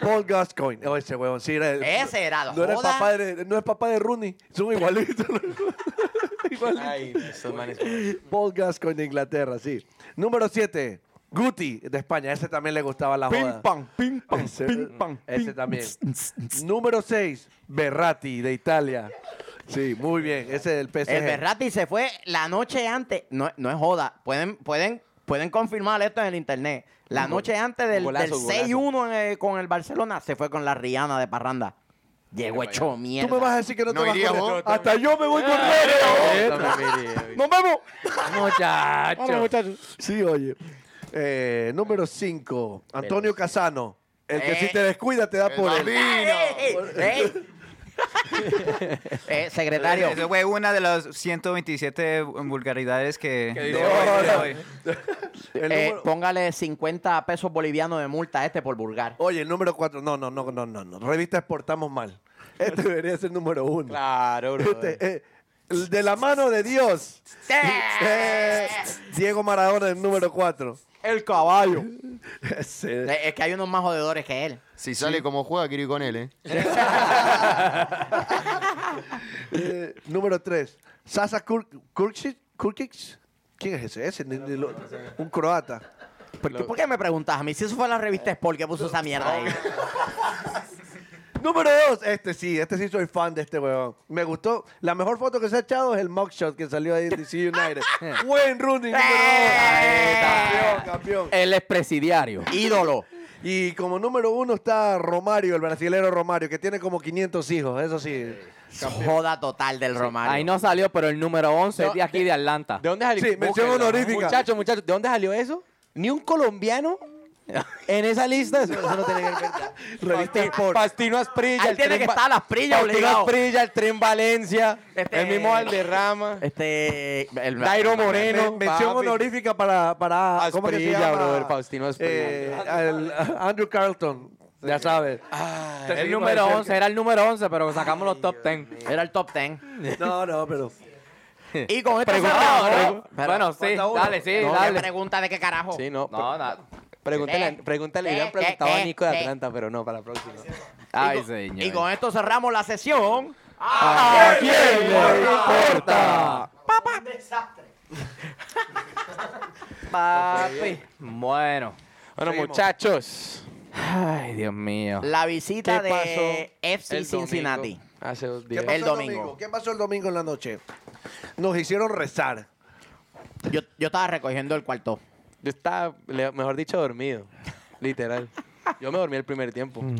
S4: Paul Gascoigne. Oh, ese huevón, sí, era el-
S1: Ese era
S4: No era el
S1: joda.
S4: papá de, no es papá de Rooney, son igualitos.
S3: Ay, estos manes.
S4: Paul Gascoigne de Inglaterra, sí. Número 7, Guti de España, ese también le gustaba la joda.
S1: ping
S4: Ese, ese también. Número 6, Berratti de Italia. Sí, muy bien, ese del PSG.
S1: El Berratti se fue la noche antes. No, no es joda. Pueden, pueden, pueden confirmar esto en el internet. La noche antes del,
S3: golazo,
S1: del
S3: golazo.
S1: 6-1 en el- con el Barcelona se fue con la Rihanna de Parranda. Llegó hecho mierda.
S4: Tú me vas a decir que no,
S5: No
S4: te vas
S5: iría
S4: con-
S5: vos.
S4: Hasta yo me voy
S1: Eh,
S4: corriendo.
S1: ¡Nos vemos!
S2: Muchachos.
S4: Sí, oye. Eh, número 5, Antonio Casano. El que
S1: Eh.
S4: si te descuida te da
S5: El
S4: por él.
S1: ¡Ey! ¡Ey! Eh, secretario,
S6: Esa fue una de las 127 vulgaridades que...
S4: dice
S6: de hoy, de
S4: ahora.
S6: hoy.
S4: El
S1: eh,
S4: número-
S1: póngale 50 pesos bolivianos de multa a este por vulgar.
S4: Oye, el número 4. No, no, no, no, no, no. Revista exportamos mal. Este debería ser número 1.
S3: Claro,
S4: Este,
S3: eh. bro.
S4: eh, de la mano de Dios. Eh, Diego Maradona, el número 4.
S1: El caballo.
S4: Ese.
S1: Es que hay unos más jodedores que él.
S5: Si sale como juega, quiero ir con él, ¿eh?
S4: Eh, número 3. Sasa Kur- Kurkic. Kurkic. ¿Quién es ese? Ese, ni- ni lo- un croata.
S1: ¿Por qué, por qué me preguntas a mí? Si eso fue la revista Sport que puso esa mierda ahí.
S4: Número 2. Este sí, este sí soy fan de este huevón. Me gustó. La mejor foto que se ha echado es el mugshot que salió ahí en DC United.
S3: Eh.
S4: Buen Rooney, número 2. Campeón, campeón.
S2: El expresidiario.
S1: Ídolo.
S4: Y como número uno está Romario, el brasilero Romario, que tiene como 500 hijos, eso sí.
S3: Eh.
S1: Joda total del Romario.
S2: Ahí no salió, pero el número 11 es de aquí, de Atlanta.
S3: ¿De dónde salió?
S4: Sí, mención
S3: Búsquenlo.
S4: honorífica.
S3: Muchachos, muchachos, ¿de dónde salió eso? Ni un colombiano en esa lista. Eso, eso no tiene que ver.
S4: Revista Sport.
S3: Pastino Asprilla.
S1: Ahí
S3: el
S1: tiene
S3: Tren
S1: que
S3: Va-
S1: estar Asprilla,
S3: Pastino
S1: obligado.
S3: Asprilla, el Tren Valencia,
S1: Este-
S3: el mismo Valderrama,
S1: Este. el-
S3: Dairo
S4: Men-
S3: Moreno.
S4: mención
S3: papi.
S4: honorífica para, para ¿cómo que se
S3: Asprilla,
S4: llama?
S3: brother, Faustino Asprilla.
S4: Eh, al- a Andrew Carlton, ya sabes. Te
S2: El
S4: seguimos
S2: número
S4: de cerca.
S2: 11, era el número 11, pero sacamos los top 10.
S1: Era el top 10.
S4: No, no, pero.
S1: Y con esto
S2: Pregunta,
S1: cerramos, ¿no?
S2: pregu- Bueno, sí,
S4: falta uno.
S2: dale, sí,
S1: No, ¿qué
S2: dale.
S1: pregunta de qué carajo?
S3: Sí, no.
S2: No, nada.
S1: este,
S3: Pregúntale,
S1: ¿Qué?
S3: pregúntale,
S1: ¿Qué?
S3: le habían preguntado
S1: ¿Qué?
S3: a Nico de
S1: ¿Qué?
S3: Atlanta, pero no, para la próxima.
S2: Ay,
S1: Y
S2: señor.
S1: con esto cerramos la sesión.
S2: ¿A quién le importa? Papi. Bueno.
S3: Bueno, muchachos.
S2: Ay, Dios mío.
S1: La visita
S3: ¿Qué
S1: de
S3: pasó
S1: FC
S3: el domingo?
S1: Cincinnati.
S3: Hace dos
S4: ¿Qué
S3: días.
S4: pasó
S1: El domingo.
S4: ¿Qué pasó el domingo en la noche? Nos hicieron rezar.
S1: Yo, yo estaba recogiendo el cuarto.
S3: Yo estaba, le- mejor dicho, dormido. Literal. Yo me dormí el primer tiempo.
S1: Mm.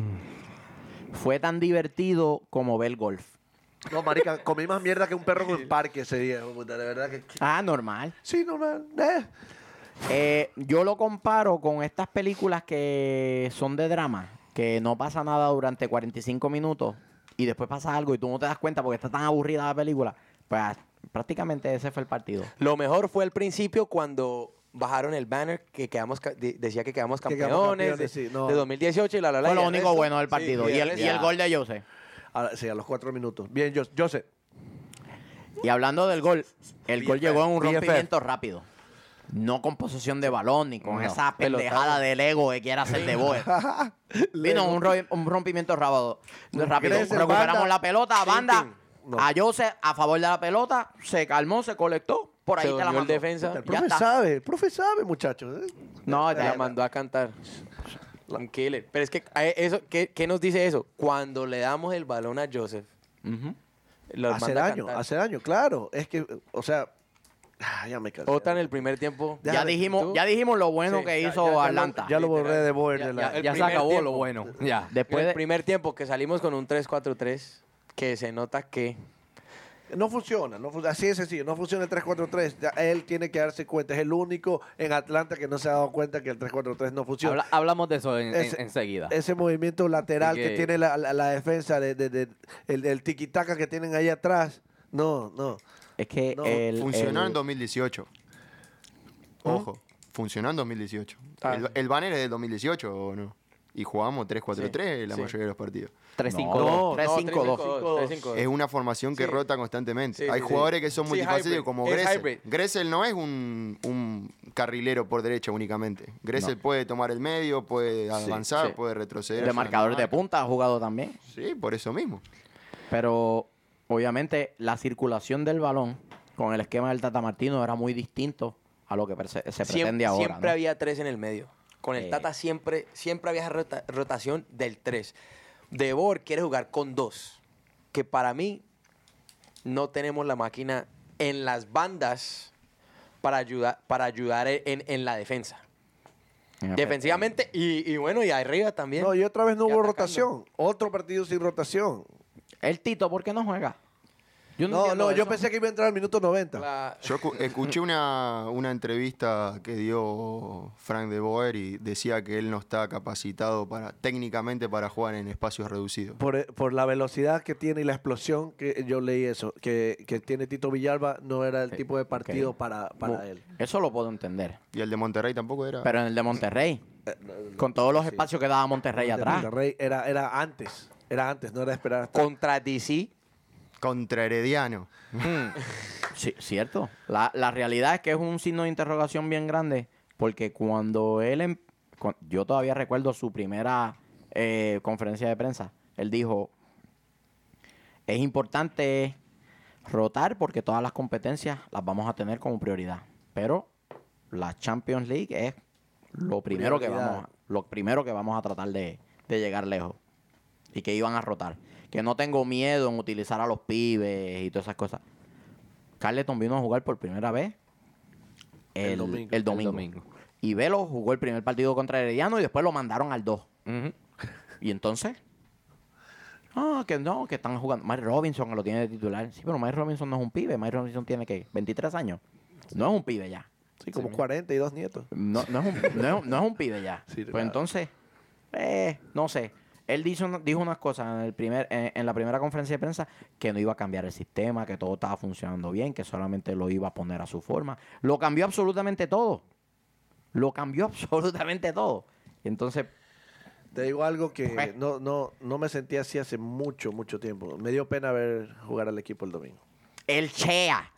S1: Fue tan divertido como ver golf.
S4: No, marica, comí más mierda que un perro en un parque ese día. hijo de puta, De verdad que.
S1: Ah, normal.
S4: Sí, normal. eh.
S1: Eh, yo lo comparo con estas películas que son de drama, que no pasa nada durante 45 minutos y después pasa algo y tú no te das cuenta porque está tan aburrida la película. Pues prácticamente ese fue el partido.
S3: Lo mejor fue al principio cuando bajaron el banner que quedamos ca- de- decía que quedamos
S4: quedamos
S3: campeones,
S4: campeones,
S3: de,
S4: sí, no.
S3: de 2018 y la la la.
S1: Fue
S3: y
S1: lo
S3: el
S1: único
S3: resto-
S1: bueno del
S3: sí,
S1: partido. y, el, y el
S3: resto-
S1: gol de Jose.
S4: Ahora, sí, a los cuatro minutos. Bien, yo, yo sé.
S1: Y hablando del gol, el gol llegó en un
S4: BFF.
S1: rompimiento rápido. No con posesión de balón ni con
S2: No,
S1: esa
S3: pelotazo.
S1: pendejada del ego que quiere hacer de Boer. Vino un, ro- un rompimiento rápido. rápido.
S4: Regresa en
S1: Recuperamos
S4: banda.
S1: la pelota,
S4: Ting,
S1: banda.
S4: ting. No.
S1: A Jose a favor de la pelota, se calmó, se colectó. Por ahí
S3: Se
S1: te la
S3: durmió
S1: mandó.
S3: el defensa.
S4: El
S1: Ya
S4: profe
S1: está.
S4: sabe, el profe sabe, muchachos. eh.
S1: No,
S3: Te
S1: ya-
S3: la mandó a cantar. Un killer. Pero es que eh, eso, ¿qué, qué nos dice eso? Cuando le damos el balón a Joseph,
S1: Ujú.
S3: los
S4: hace
S3: manda a
S4: daño,
S3: cantar.
S4: hace daño, claro. Es que, o sea, Ah, ya me cansé.
S3: Otra en el primer tiempo.
S1: Ya,
S4: Déjale,
S1: dijimos,
S3: ¿tú?
S1: ya dijimos lo bueno
S3: Sí,
S1: que
S3: ya-
S1: hizo
S3: ya- ya lo-
S1: Atlanta.
S4: Ya lo borré de Boer.
S3: Ya-
S4: de la-
S3: ya-
S2: Ya,
S3: El
S2: ya se
S3: primer
S2: acabó
S3: tiempo.
S2: lo bueno. Ya.
S1: Después
S3: En
S1: de-
S3: el primer tiempo que salimos con un 3-4-3, que se nota que...
S4: No funciona, no fun- así de sencillo, no funciona el 343. Ya él tiene que darse cuenta, es el único en Atlanta que no se ha dado cuenta que el 343 no funciona.
S2: Habla- hablamos de eso en- en-
S4: Ese-
S2: enseguida.
S4: Ese movimiento lateral que,
S2: que-
S4: tiene la, la- la defensa, de, de- de- el, el tiquitaca que tienen ahí atrás. No, no.
S1: Es que
S4: No,
S1: el,
S5: Funcionó en
S1: el-
S5: 2018. Ojo, funcionó en 2018.
S3: Ah.
S5: El, el banner es del 2018 o no. Y jugamos 3-4-3 la
S3: sí.
S5: mayoría de los partidos.
S2: 3-5.
S1: No,
S3: 3-5-2.
S1: 3-5-2.
S3: 3-5-2.
S5: Es una formación que
S3: Sí.
S5: rota constantemente.
S3: Sí,
S5: Hay
S3: sí,
S5: jugadores
S3: sí.
S5: que son
S3: Sí,
S5: multifacéticos
S3: hybrid.
S5: como
S3: Es
S5: Gressel.
S3: hybrid.
S5: Gressel no es un, un carrilero por derecha únicamente. Gressel puede tomar el medio, puede avanzar,
S3: sí.
S5: puede retroceder.
S1: el
S5: hacia la
S1: marcador de
S5: marca.
S1: punta ha jugado también.
S5: Sí, por eso mismo.
S1: Pero obviamente la circulación del balón con el esquema del Tata Martino era muy distinto a lo que perse- se
S3: Siem-
S1: pretende ahora.
S3: Siempre
S1: ¿no?
S3: había tres en el medio. Con el
S1: Eh.
S3: Tata siempre, siempre había esa rota- rotación del tres. De Boer quiere jugar con dos. Que para mí no tenemos la máquina en las bandas para ayudar, para ayudar e-, en, en la defensa.
S1: En efecto.
S3: Defensivamente y, y bueno, y arriba también.
S4: No, y otra vez no
S3: Y
S4: hubo
S3: atacando.
S4: rotación. Otro partido sin rotación.
S1: El Tito, ¿por qué no juega? Yo
S4: No,
S1: entiendo
S4: no, yo
S1: eso.
S4: pensé que iba a entrar al minuto 90.
S3: La-
S5: Yo escu- escuché una, una entrevista que dio Frank de Boer y decía que él no está capacitado para técnicamente para jugar en espacios reducidos.
S4: Por, eh, por la velocidad que tiene y la explosión que yo leí eso, que, que tiene Tito Villalba, no era el tipo de partido
S1: ok.
S4: para, para
S1: Bu-
S4: él.
S1: Eso lo puedo entender.
S5: Y el de Monterrey tampoco era.
S1: Pero en el de Monterrey, con todos los espacios que daba Monterrey
S4: De
S1: atrás.
S4: Monterrey era, era antes, era antes, no era esperar hasta...
S3: contra DC.
S5: Contra Herediano.
S1: Sí, cierto. La, la realidad es que es un signo de interrogación bien grande, porque cuando él, em- cu- yo todavía recuerdo su primera eh, conferencia de prensa, él dijo, es importante rotar porque todas las competencias las vamos a tener como prioridad, pero la Champions League es lo primero que
S4: Prioridad.
S1: vamos, a- lo primero que vamos a tratar de, de llegar lejos y que iban a rotar. Que no tengo miedo en utilizar a los pibes y todas esas cosas. Carleton vino a jugar por primera vez el,
S4: El
S1: el
S4: domingo.
S1: domingo,
S4: El
S2: domingo.
S1: Y Velo jugó el primer partido contra Herediano y después lo mandaron al 2.
S2: Ujú.
S1: Y entonces, ah, que no, que están jugando. Mike Robinson que lo tiene de titular. Sí, pero Mike Robinson no es un pibe. Mike Robinson tiene que 23 años. No es un pibe ya.
S4: Sí, como 42 nietos.
S1: No, no, es, un, no, es, no es un pibe ya.
S4: Sí,
S1: pues
S4: claro.
S1: entonces, eh, no sé. Él dijo, una- dijo unas cosas en, el primer, en, en la primera conferencia de prensa que no iba a cambiar el sistema, que todo estaba funcionando bien, que solamente lo iba a poner a su forma. Lo cambió absolutamente todo. Lo cambió absolutamente todo. Y entonces,
S4: Te digo algo que
S1: Pues.
S4: no, no, no me sentía así hace mucho, mucho tiempo. Me dio pena ver jugar al equipo el domingo.
S1: el Chea.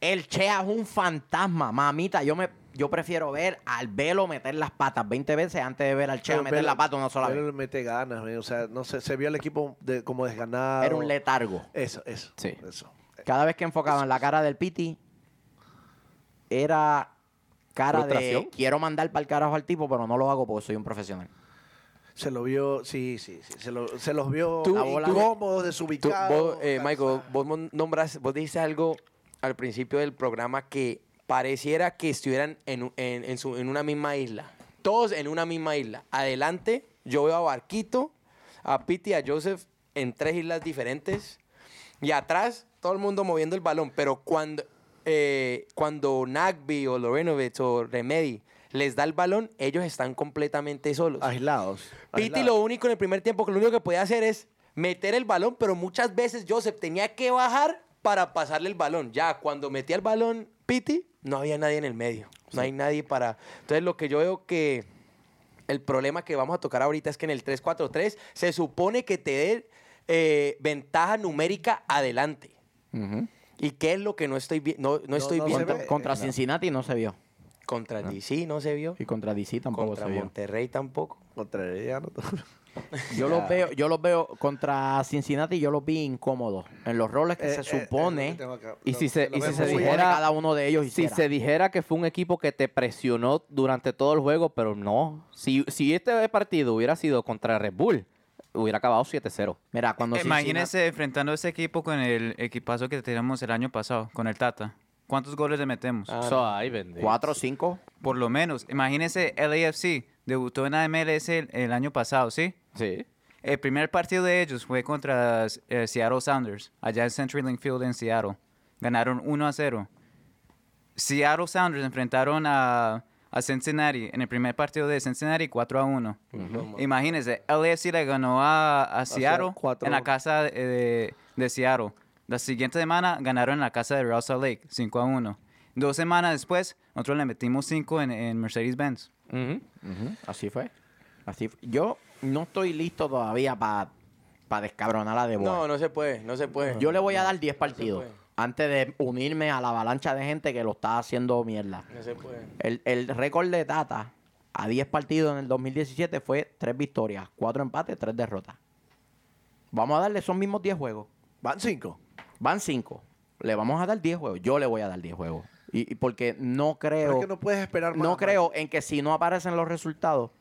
S1: El Chea es un fantasma, mamita. Yo me yo prefiero ver al Velo meter las patas 20 veces antes de ver al Chea
S4: Pero
S1: meter
S4: Vela-
S1: la pata una sola
S4: Vela
S1: vez.
S4: le mete ganas, man. o sea, no sé, se vio el equipo de- como desganado.
S1: Era un letargo.
S4: Eso, eso.
S2: Sí.
S4: Eso.
S1: Cada vez que enfocaban la cara del Piti, era cara de
S2: ¿Frustración?
S1: quiero mandar para el carajo al tipo, pero no lo hago porque soy un profesional.
S4: Se lo vio, sí, sí, sí. Se, lo- se los vio
S3: Tú-
S1: La bola-
S4: incómodos,
S3: Tú-
S4: desubicados.
S3: vos, eh, Michael, vos mon- nombras, vos dijiste algo al principio del programa que pareciera que estuvieran en, un- en- en su- en una misma isla. Todos en una misma isla. Adelante, yo veo a Barquito, a Pete y a Joseph en tres islas diferentes. Y atrás, todo el mundo moviendo el balón. Pero cuando, eh, cuando Nagby o Lorenovich o Remedy les da el balón, ellos están completamente solos.
S4: aislados.
S3: Pitti
S4: aislados.
S3: lo único en el primer tiempo que lo único que podía hacer es meter el balón, pero muchas veces Joseph tenía que bajar para pasarle el balón. Ya cuando metía el balón Pitti, no había nadie en el medio. No hay nadie para. Entonces lo que yo veo que el problema que vamos a tocar ahorita es que en el 3-4-3 se supone que te dé eh, ventaja numérica adelante. ¿Y qué es lo que no estoy viendo? No, no estoy
S4: no se
S3: viendo
S4: ve.
S1: Contra, contra
S4: eh, no.
S1: Cincinnati no se vio.
S3: contra DC, no se vio.
S1: Y contra DC Ah. tampoco
S3: Contra
S1: se vio.
S3: Monterrey tampoco.
S4: Contrariano.
S1: Yo los veo, yo los veo contra Cincinnati, yo los vi incómodos. En los roles que
S4: Eh, eh,
S1: se
S4: es lo que
S1: supone,
S4: tengo acá.
S2: y
S4: Lo-
S2: si se-
S4: lo
S2: y si
S4: vemos
S2: se
S4: muy
S1: supone
S2: dijera-
S1: cada uno de ellos
S2: Si
S1: hiciera.
S2: se dijera que fue un equipo que te presionó durante todo el juego, pero no. Si, si este partido hubiera sido contra Red Bull, hubiera acabado 7-0.
S1: Mira, cuando Cincinnati-
S6: Imagínense enfrentando a ese equipo con el equipazo que teníamos el año pasado, con el Tata. ¿Cuántos goles le metemos?
S2: So, ay, bendito.
S1: ¿Cuatro, cinco?
S6: Por lo menos. Imagínense, LAFC debutó en la MLS el, el año pasado, ¿sí?
S2: Sí.
S6: El primer partido de ellos fue contra eh, Seattle Sounders, allá en CenturyLink Field en Seattle. Ganaron 1 a 0. Seattle Sounders enfrentaron a, a Cincinnati en el primer partido de Cincinnati 4 a 1. Imagínense, LAFC le ganó a, a Seattle
S4: cuatro.
S6: en la casa eh, de, de Seattle. La siguiente semana ganaron en la casa de Rosa Lake 5 a 1. Dos semanas después, nosotros le metimos 5 en, en Mercedes-Benz.
S2: Ujú.
S1: Ujú, Así fue. Así fu- Yo no estoy listo todavía para descabronar a De Boer.
S3: No, no se puede, no se puede.
S1: Yo le voy a dar 10 partidos
S3: puede.
S1: antes de unirme a la avalancha de gente que lo está haciendo mierda.
S3: No se puede.
S1: El, el récord de Tata a 10 partidos en el 2017 fue 3 victorias, 4 empates, 3 derrotas. Vamos a darle esos mismos 10 juegos.
S4: Van cinco.
S1: Van 5. Le vamos a dar 10 juegos. Yo le voy a dar 10 juegos. Y, y porque no creo.
S4: Pero es que no puedes esperar más.
S1: No creo en que si no aparecen los resultados,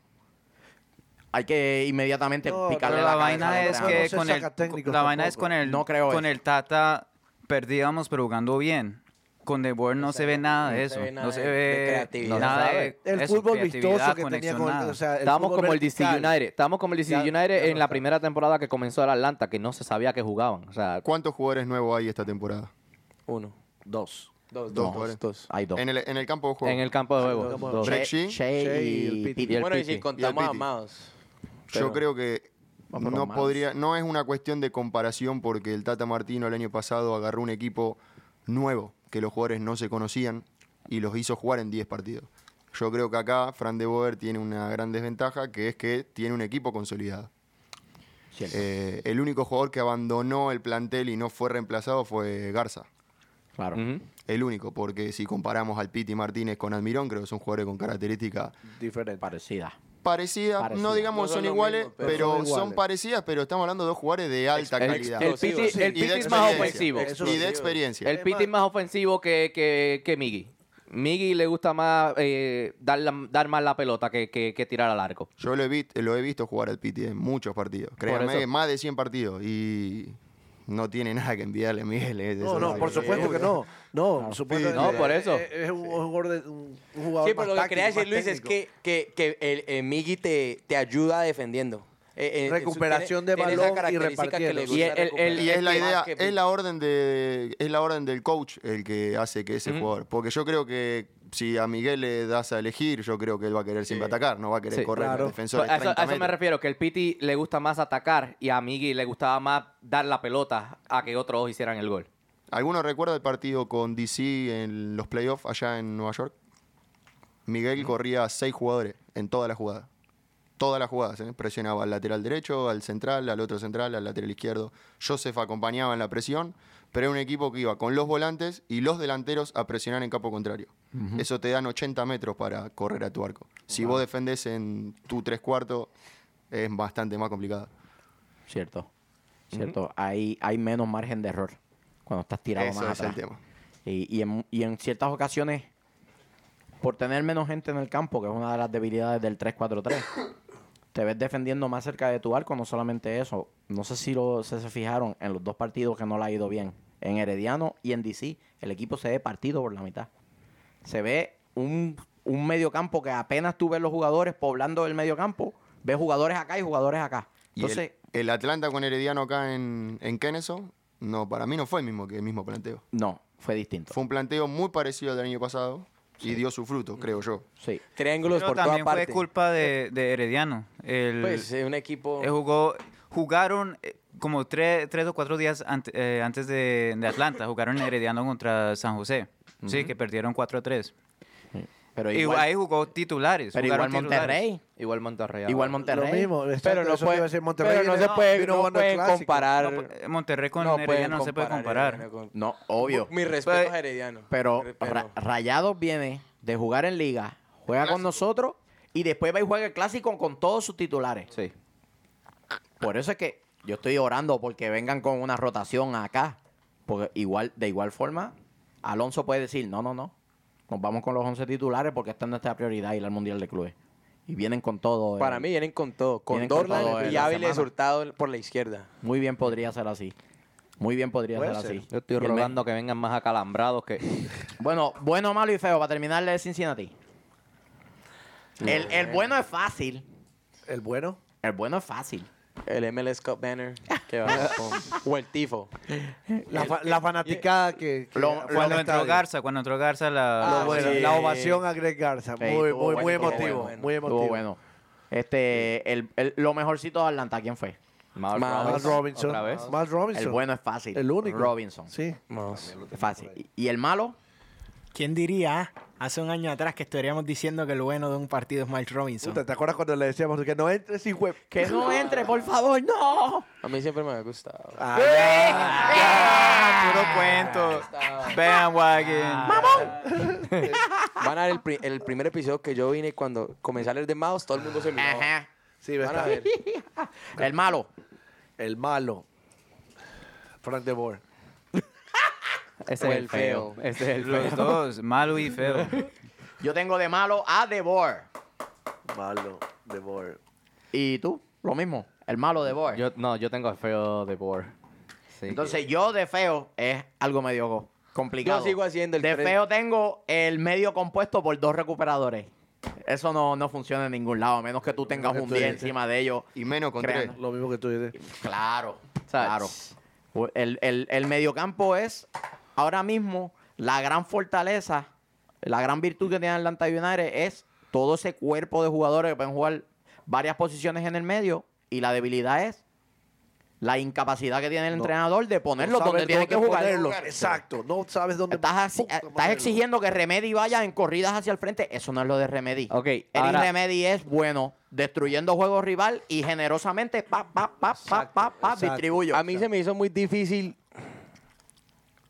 S1: hay que inmediatamente
S4: No,
S1: picarle
S4: pero
S1: la,
S6: la
S1: cabeza
S6: vaina
S1: al
S6: es
S1: entrenador.
S4: No se
S6: que con el,
S4: saca técnicos
S6: la vaina es
S4: tampoco.
S6: con el
S1: No creo
S6: con
S1: eso.
S6: el Tata perdíamos pero jugando bien. Con De Boer no, se ve nada de
S3: no
S6: eso.
S3: se ve nada
S6: no se
S3: de- de
S6: ve
S3: creatividad.
S6: nada
S2: No se
S6: de
S4: El
S6: eso,
S4: fútbol
S6: creatividad,
S4: vistoso que tenía
S6: conexión,
S4: con.
S6: nada.
S4: O sea, el
S2: Estábamos
S4: fútbol
S2: como el DC
S4: vertical.
S2: United. Estábamos como el DC
S4: Ya-
S2: United
S4: ya no
S2: en la
S4: está.
S2: primera temporada que comenzó el Atlanta, que no se sabía que jugaban. O sea,
S5: ¿Cuántos jugadores nuevos hay esta temporada?
S3: Uno,
S1: Dos.
S3: dos,
S5: Dos
S3: dos,
S5: jugadores.
S3: dos. dos.
S1: Hay dos.
S5: En el, en el campo de juego.
S2: en el campo de juego.
S3: dos,
S2: Dos.
S3: dos.
S1: Che-
S5: Drake Shea,
S1: Shea
S4: Shea y el
S1: y,
S4: Piti.
S1: Piti- y el
S3: Bueno, y si
S1: Piti.
S3: contamos a
S5: Piti.
S3: Maos.
S5: Yo
S3: pero-
S5: creo que
S1: Vamos con
S5: no
S1: Mans.
S5: podría, no es una cuestión de comparación porque el Tata Martino el año pasado agarró un equipo nuevo que los jugadores no se conocían y los hizo jugar en 10 partidos. Yo creo que acá Fran de Boer tiene una gran desventaja que es que tiene un equipo consolidado.
S1: Cierto.
S5: Eh, el único jugador que abandonó el plantel y no fue reemplazado fue Garza.
S1: Claro.
S2: Ujú.
S5: El único, porque si comparamos al Piti Martínez con Almirón, creo que son jugadores con características
S4: Diferente.
S1: Parecida.
S5: parecidas.
S1: Parecidas.
S5: No digamos
S3: No son
S5: son
S3: lo
S5: iguales,
S3: mismo,
S5: pero,
S3: pero
S4: son
S5: son
S4: iguales.
S5: parecidas, pero estamos hablando de dos jugadores de alta
S2: El-
S5: calidad.
S2: el Piti,
S3: Sí,
S2: el
S5: y
S2: Piti
S5: de
S2: es más
S5: experiencia.
S2: ofensivo.
S3: Eso
S5: Y de
S3: sí.
S5: experiencia.
S2: El Piti es más ofensivo que, que, que Miggy. Miggy le gusta más eh, dar, la- dar más la pelota que, que, que tirar al arco.
S5: Yo lo he, vit- lo he visto jugar al Piti en muchos partidos. Créanme,
S2: eso.
S5: más de 100 partidos. Y no tiene nada que enviarle a Miguel. eh, eso
S4: No, no,
S5: es
S4: por
S5: algo que-
S4: supuesto que no. No, por supuesto.
S2: No,
S4: eh,
S2: por eso.
S4: eh, Es, un, un jugador, de- un- un jugador
S3: Sí, pero lo
S4: más
S3: que quería
S4: táctico,
S3: decir,
S4: más
S3: Luis, es
S4: técnico.
S3: que, que, que el, el Miggy te, te ayuda defendiendo. Eh, eh, eso
S4: Recuperación de
S3: esa
S4: balón y
S3: característica que le
S4: repartiendo.
S3: gusta
S2: Y el- el- el-
S3: recuperar.
S5: Y es la
S3: Más
S5: idea,
S3: que Piti.
S5: es la orden de, es la orden del coach el que hace que ese jugador. Porque yo creo que si a Miguel le das a elegir, yo creo que él va a querer siempre atacar, no va a querer
S2: Sí,
S5: correr
S4: claro.
S5: los defensores
S2: a, eso,
S5: 30
S2: a eso me
S5: metros.
S2: refiero, que el Piti le gusta más atacar y a Miggy le gustaba más dar la pelota a que otros hicieran el gol.
S5: ¿Alguno recuerda el partido con DC en los playoffs allá en Nueva York? Miguel corría a seis jugadores en toda la jugada. Todas las jugadas, ¿eh? presionaba al lateral derecho, al central, al otro central, al lateral izquierdo. Joseph acompañaba en la presión, pero era un equipo que iba con los volantes y los delanteros a presionar en campo contrario. Eso te dan 80 metros para correr a tu arco. Si vos defendés en tu tres cuartos, es bastante más complicado.
S1: Cierto. Cierto. hay, hay menos margen de error cuando estás tirado
S5: Eso
S1: más
S5: es el
S1: atrás.
S5: tema.
S1: Y, y en, y en ciertas ocasiones, por tener menos gente en el campo, que es una de las debilidades del 3-4-3, te ves defendiendo más cerca de tu arco. No solamente eso, no sé si lo, se, se fijaron en los dos partidos que no le ha ido bien. En Herediano y en DC, el equipo se ve partido por la mitad. Se ve un, un medio campo que apenas tú ves los jugadores poblando el medio campo, ves jugadores acá y jugadores acá.
S5: Y el-
S1: Entonces,
S5: el, Atlanta con Herediano acá en, en Kennesaw, no, para mí no fue el mismo que el mismo planteo.
S1: no, fue distinto.
S5: Fue un planteo muy parecido al del año pasado y dio su fruto, creo yo.
S1: Sí.
S3: Triángulos
S6: Pero
S3: por toda
S6: también fue
S3: parte.
S6: culpa de, de Herediano. El,
S3: Pues es un equipo...
S6: Eh, jugó, jugaron eh, como tres, tres o cuatro días ante- eh, antes de, de Atlanta. Jugaron Herediano contra San José. Sí, que perdieron 4 a 3.
S1: Pero
S6: Y
S1: igual,
S6: ahí jugó titulares.
S1: pero
S6: jugaron
S1: igual
S6: titulares.
S1: Monterrey.
S2: Igual Monterrey.
S1: Igual
S4: Lo
S1: Monterrey.
S4: mismo. exacto,
S3: pero no,
S4: eso te iba a
S3: puede,
S4: decir Monterrey,
S3: pero no
S4: viene-
S3: se puede,
S4: vino
S3: no
S4: bueno el
S3: pueden
S4: clásico.
S3: comparar.
S6: Eh, Monterrey con
S3: no
S6: Herediano no
S3: pueden
S6: se puede comparar.
S3: Herediano con-
S1: No, obvio.
S3: Mi respeto
S6: Pues-
S3: a Herediano.
S1: Pero
S3: Mi
S1: Ra-
S3: respeto.
S1: Rayados viene de jugar en liga, juega con nosotros y después va y juega el clásico con todos sus titulares.
S2: Sí.
S1: Por eso es que yo estoy orando porque vengan con una rotación acá. Porque igual, de igual forma, Alonso puede decir, no, no, no. Nos vamos con los 11 titulares porque esta es nuestra prioridad ir al Mundial de Clubes. Y vienen con todo. eh.
S3: Para mí vienen con todo. Con
S1: Vienen con
S3: Dorlan
S1: todo en
S3: y
S1: la
S3: Áviles
S1: semana.
S3: Hurtado por la izquierda.
S1: Muy bien podría ser así. Muy bien podría ser,
S4: Puede ser.
S1: así.
S2: Yo estoy
S1: Y el mes-
S2: rogando que vengan más acalambrados que...
S1: Bueno, bueno, malo y feo, para terminar de Cincinnati. El, el bueno es fácil.
S4: El bueno.
S1: El bueno es fácil.
S3: El MLS Cup Banner. que va con- o el Tifo.
S4: La, fa- la fanaticada que. que
S1: Lo-
S4: fue al
S6: Cuando entró
S4: estadio.
S6: Garza, cuando entró Garza
S4: Lo
S6: la...
S3: Ah,
S4: bueno,
S3: sí.
S4: La ovación a Greg Garza.
S1: Sí,
S4: muy,
S1: estuvo
S4: muy,
S1: bueno,
S4: muy
S1: estuvo
S4: emotivo.
S3: bueno.
S4: Muy
S1: Estuvo
S4: emotivo.
S1: bueno. Este, el, el- lo mejorcito de Atlanta, ¿quién fue?
S2: Mal
S3: Mal
S4: Mal Robinson.
S2: ¿Otra vez?
S4: Mal Robinson.
S1: El bueno es fácil.
S4: El único.
S1: Robinson.
S4: Sí.
S1: Fácil. Y- ¿Y el malo?
S7: ¿Quién diría hace un año atrás que estaríamos diciendo que lo bueno de un partido es Miles Robinson?
S4: Puta, ¿Te acuerdas cuando le decíamos que no entres sin web?
S1: Que no entre, por favor, no. Eh,
S3: A mí siempre me ha gustado.
S6: Ah, puro cuento. Bandwagon.
S3: Van a ver el, pri- el primer episodio que yo vine cuando comencé a leer de Mouse, todo el mundo se miró.
S1: Ajá.
S4: Sí,
S3: Van a
S4: está.
S3: ver.
S1: El malo.
S4: El malo. Frank de Boer.
S2: Ese
S3: O
S2: es
S3: el
S2: el feo.
S3: feo.
S2: Ese es el
S6: Los
S2: feo.
S6: dos, malo y feo.
S1: Yo tengo de malo a Devor.
S4: Malo de Boer.
S1: ¿Y tú? Lo mismo. El malo Devor.
S2: Yo, no, yo tengo el feo de Boar. Sí.
S1: Entonces, yo de feo es algo medio complicado.
S3: Yo sigo haciendo el
S1: De
S3: tres.
S1: feo tengo el medio compuesto por dos recuperadores. Eso no, no funciona en ningún lado, a menos que tú tengas un
S4: tú
S1: día
S4: dices.
S1: encima de ellos.
S5: Y menos con
S1: Creando.
S5: tres.
S4: Lo mismo que tú dices.
S1: Claro,
S2: sea,
S1: claro. El, el, el mediocampo es ahora mismo la gran fortaleza, la gran virtud que tiene Atlanta United es todo ese cuerpo de jugadores que pueden jugar varias posiciones en el medio y la debilidad es la incapacidad que tiene el entrenador de ponerlos
S4: No
S1: donde
S4: sabes
S1: tiene que
S4: dónde
S1: jugar.
S4: ponerlos. Exacto. No sabes dónde.
S1: Estás, así-
S4: puta,
S1: estás
S4: ponerlos.
S1: exigiendo que Remedy vaya en corridas hacia el frente. Eso no es lo de Remedy.
S2: Ok,
S1: Eric
S2: ahora-
S1: Remedy es bueno destruyendo juegos rival y generosamente pa, pa, pa, pa, pa, pa,
S4: exacto.
S1: distribuyo.
S3: A mí se me hizo muy difícil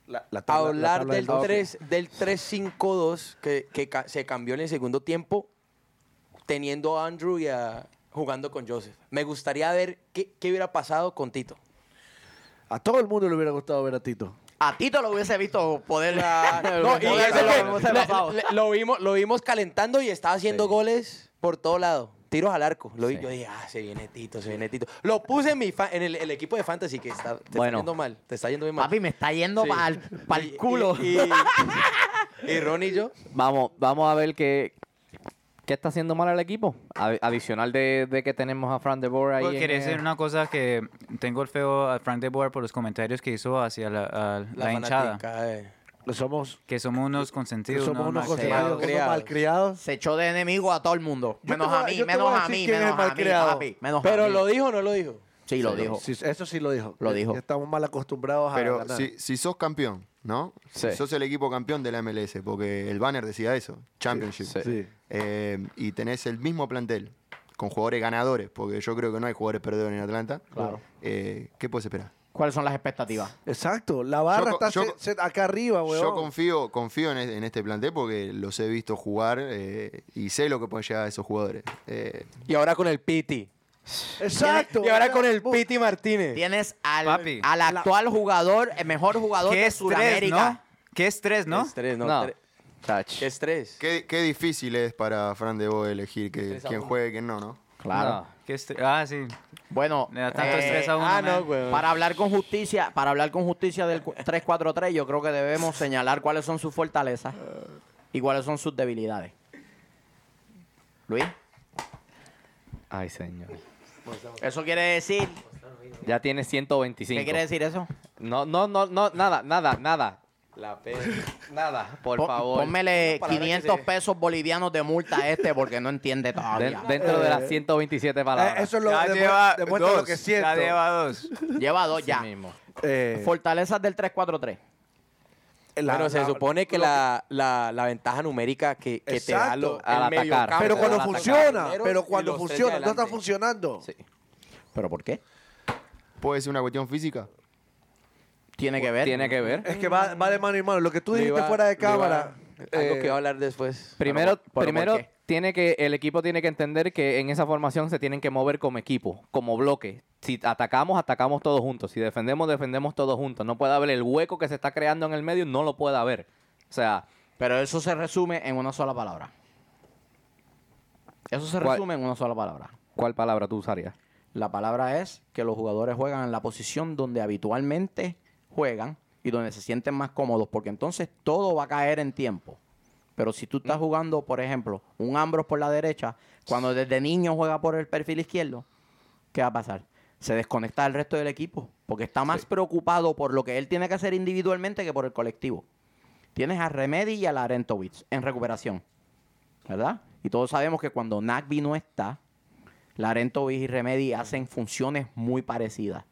S4: La- la tabla- la
S3: hablar
S4: tabla
S3: del
S4: doce.
S3: 3 del 3-5-2 que, que ca- se cambió en el segundo tiempo teniendo a Andrew y a jugando con Joseph. Me gustaría ver qué, qué hubiera pasado con Tito.
S4: A todo el mundo le hubiera gustado ver a Tito.
S1: A Tito lo hubiese visto poder.
S3: No, y
S1: poder-
S3: eso que
S1: lo hubiese
S3: le-
S1: pasado.
S3: le- lo vimos lo vimos calentando y estaba haciendo goles por todo lado. Tiros al arco. Lo vi-
S2: Sí.
S3: Yo dije, ah, se viene Tito, se viene Tito. Lo puse en, mi fa- en el, el equipo de Fantasy que está, te está
S2: Bueno.
S3: yendo mal. Te está yendo bien mal.
S1: Papi, me está yendo
S3: Sí.
S1: para
S3: Y-
S1: el culo.
S3: Y, y, y Ron y yo.
S2: Vamos, vamos a ver qué, qué está haciendo mal al equipo. A- adicional de, de que tenemos a Fran de Boer ahí.
S6: Pues
S2: en,
S6: quería
S2: eh,
S6: decir una cosa que tengo el feo a Frank de Boer por los comentarios que hizo hacia la, a la hinchada.
S3: fanaticada, eh.
S4: Somos,
S6: Que somos unos consentidos.
S4: somos
S6: ¿no?
S4: unos
S6: Malcriados.
S4: conservadores, unos malcriados.
S1: Se echó de enemigo a todo el mundo.
S4: Yo te
S1: Menos
S4: voy a-
S1: a mí,
S4: yo te
S1: menos
S4: voy a
S1: a
S4: decir
S1: mí,
S4: quién es
S1: menos
S4: el
S1: a mí,
S4: malcriado.
S1: papi. Menos a
S3: Pero
S1: mí.
S3: lo dijo o no lo dijo.
S1: Sí, lo dijo.
S4: Sí, eso sí lo dijo.
S1: Lo dijo.
S4: Ya Estamos mal acostumbrados a
S5: Pero
S4: ganar.
S5: si, si sos campeón, ¿no?
S2: Sí.
S5: Si sos el equipo campeón de la MLS, porque el banner decía eso, Championship.
S2: Sí.
S4: Sí.
S5: Eh, y tenés el mismo plantel, con jugadores ganadores, porque yo creo que no hay jugadores perdedores en Atlanta.
S1: Claro.
S5: Eh, ¿Qué puedes esperar?
S1: ¿Cuáles son las expectativas?
S4: Exacto. La barra
S5: Yo co-
S4: está
S5: yo
S4: se-
S5: co-
S4: se- acá arriba, weón.
S5: Yo confío, confío en, es- en este plantel porque los he visto jugar eh, y sé lo que pueden llegar a esos jugadores. Eh,
S3: Y ahora con el Piti.
S4: Exacto.
S3: Y ahora
S4: Ya,
S3: con el
S4: bu-
S3: Piti Martínez.
S1: Tienes al,
S6: Papi.
S1: al actual jugador, el mejor jugador
S6: Qué
S1: de
S6: estrés,
S1: Sudamérica.
S6: ¿no? Qué estrés, ¿no?
S3: Estrés, no.
S2: No.
S3: tre-
S2: Touch.
S3: ¿Qué estrés?
S5: qué, qué difícil es para Fran de Boer elegir que,
S3: Tres a
S5: quién
S3: uno.
S5: juegue y quién no, ¿no?
S1: Claro.
S2: No.
S6: Qué estre- Ah, sí.
S1: Bueno,
S6: Le da tanto
S1: eh,
S6: estrés a uno.
S3: ah,
S6: man.
S3: no, güey.
S1: Para hablar con justicia, para hablar con justicia del cu- 343, yo creo que debemos señalar cuáles son sus fortalezas y cuáles son sus debilidades. Luis,
S2: Ay, señor.
S1: eso quiere decir,
S2: Ya tiene 125.
S1: ¿qué quiere decir eso?
S2: No, no, no, no, nada, nada, nada.
S3: La
S2: Nada, por
S1: Pon-
S2: favor.
S1: Pónmele
S3: palabra que
S1: 500
S3: se-
S1: pesos bolivianos de multa a este porque no entiende
S2: Den-
S1: todavía.
S2: dentro de las
S4: Eh,
S2: 127
S4: Eh,
S2: palabras.
S4: eso es lo
S6: Ya
S4: demu-
S6: lleva
S4: demuestra
S6: dos.
S4: lo que siento.
S6: Ya lleva dos.
S1: Lleva dos
S2: Sí
S1: ya.
S2: mismo.
S4: Eh,
S1: Fortalezas del 343.
S4: la-
S3: bueno, se
S4: la-
S3: supone que
S4: lo-
S3: la, la, la ventaja numérica que, que te da lo,
S2: Exacto. Al atacar.
S3: mediocampo,
S4: Pero cuando
S3: al atacar.
S4: funciona,
S3: Primeros
S4: pero
S3: y
S4: cuando
S3: los tres de
S4: funciona, no está
S3: adelante.
S4: funcionando.
S2: Sí.
S1: ¿Pero por qué?
S5: ¿Puede ser una cuestión física?
S1: Tiene que ver.
S2: Tiene que ver.
S4: Es que va, va de mano en mano. Lo que tú
S3: Le
S4: dijiste
S3: iba-
S4: fuera de
S3: le iba-
S4: cámara.
S3: algo
S4: eh,
S3: que iba a hablar después.
S2: Primero,
S1: pero ¿por
S2: primero
S1: qué?
S2: tiene que el equipo tiene que entender que en esa formación se tienen que mover como equipo, como bloque. Si atacamos, atacamos todos juntos. Si defendemos, defendemos todos juntos. No puede haber el hueco que se está creando en el medio, no lo puede haber. O sea,
S1: Pero eso se resume en una sola palabra. Eso se
S2: ¿Cuál?
S1: resume en una sola palabra.
S2: ¿cuál palabra tú usarías?
S1: La palabra es que los jugadores juegan en la posición donde habitualmente juegan y donde se sienten más cómodos, porque entonces todo va a caer en tiempo. Pero si tú estás jugando, por ejemplo, un Ambros por la derecha, cuando desde niño juega por el perfil izquierdo, ¿qué va a pasar? Se desconecta del resto del equipo, porque está más preocupado por lo que él tiene que hacer individualmente que por el colectivo. Tienes a Remedy y a Larentovich en recuperación, ¿verdad? Y todos sabemos que cuando Nagby no está, Larentovich y Remedy hacen funciones muy parecidas.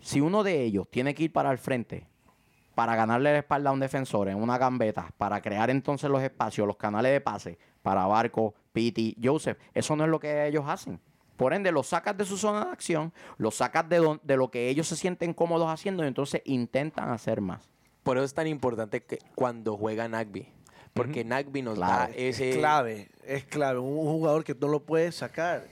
S1: Si uno de ellos tiene que ir para el frente para ganarle la espalda a un defensor en una gambeta, para crear entonces los espacios, los canales de pase para Barco, Piti, Joseph, eso no es lo que ellos hacen. Por ende, los sacas de su zona de acción, los sacas de, don- de lo que ellos se sienten cómodos haciendo y entonces intentan hacer más.
S3: Por eso es tan importante que cuando juega Nagby. Porque Nagby nos
S1: Claro.
S3: da ese.
S4: Es clave, es clave. Un un jugador que no lo puede sacar.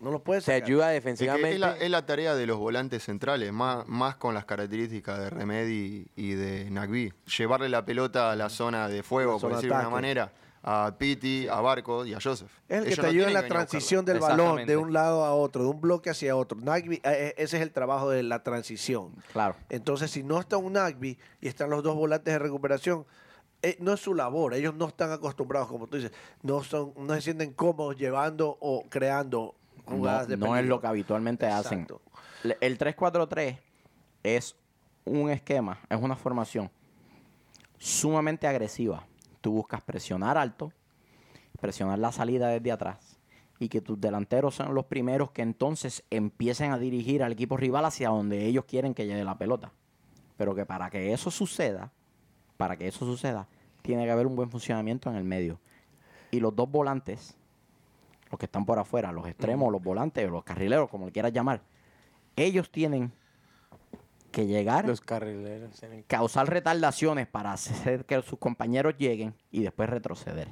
S4: No lo puede
S3: Se
S4: sacar.
S3: ayuda
S5: Es, que
S3: defensivamente.
S5: es la, es la tarea de los volantes centrales, más, más con las características de Remedy y de Nagby. Llevarle la pelota a la zona de fuego,
S4: La
S5: por
S4: zona
S5: decirlo de una
S4: ataque.
S5: manera, a Pitti, a Barco y a Joseph.
S4: Es el que
S5: Ellos
S4: te
S5: no
S4: ayuda en la
S5: tienen que venir a buscarla.
S4: transición del
S2: Exactamente.
S4: balón de un lado a otro, de un bloque hacia otro. Nagby, eh, eh, ese es el trabajo de la transición.
S1: Claro.
S4: Entonces, si no está un Nagby y están los dos volantes de recuperación, eh, no es su labor. Ellos no están acostumbrados, como tú dices. No, son, no se sienten cómodos llevando o creando
S1: No,
S4: jugadas de
S1: no es
S4: peligro.
S1: lo que habitualmente hacen.
S4: Exacto.
S1: Le- El 3-4-3 es un esquema, es una formación sumamente agresiva. Tú buscas presionar alto, presionar la salida desde atrás y que tus delanteros sean los primeros que entonces empiecen a dirigir al equipo rival hacia donde ellos quieren que llegue la pelota. Pero que para que eso suceda, para que eso suceda, tiene que haber un buen funcionamiento en el medio. Y los dos volantes, los que están por afuera, los extremos, los volantes, los carrileros, como le quieras llamar, ellos tienen que llegar
S3: Los carrileros. en el-
S1: causar retardaciones para hacer que sus compañeros lleguen y después retroceder.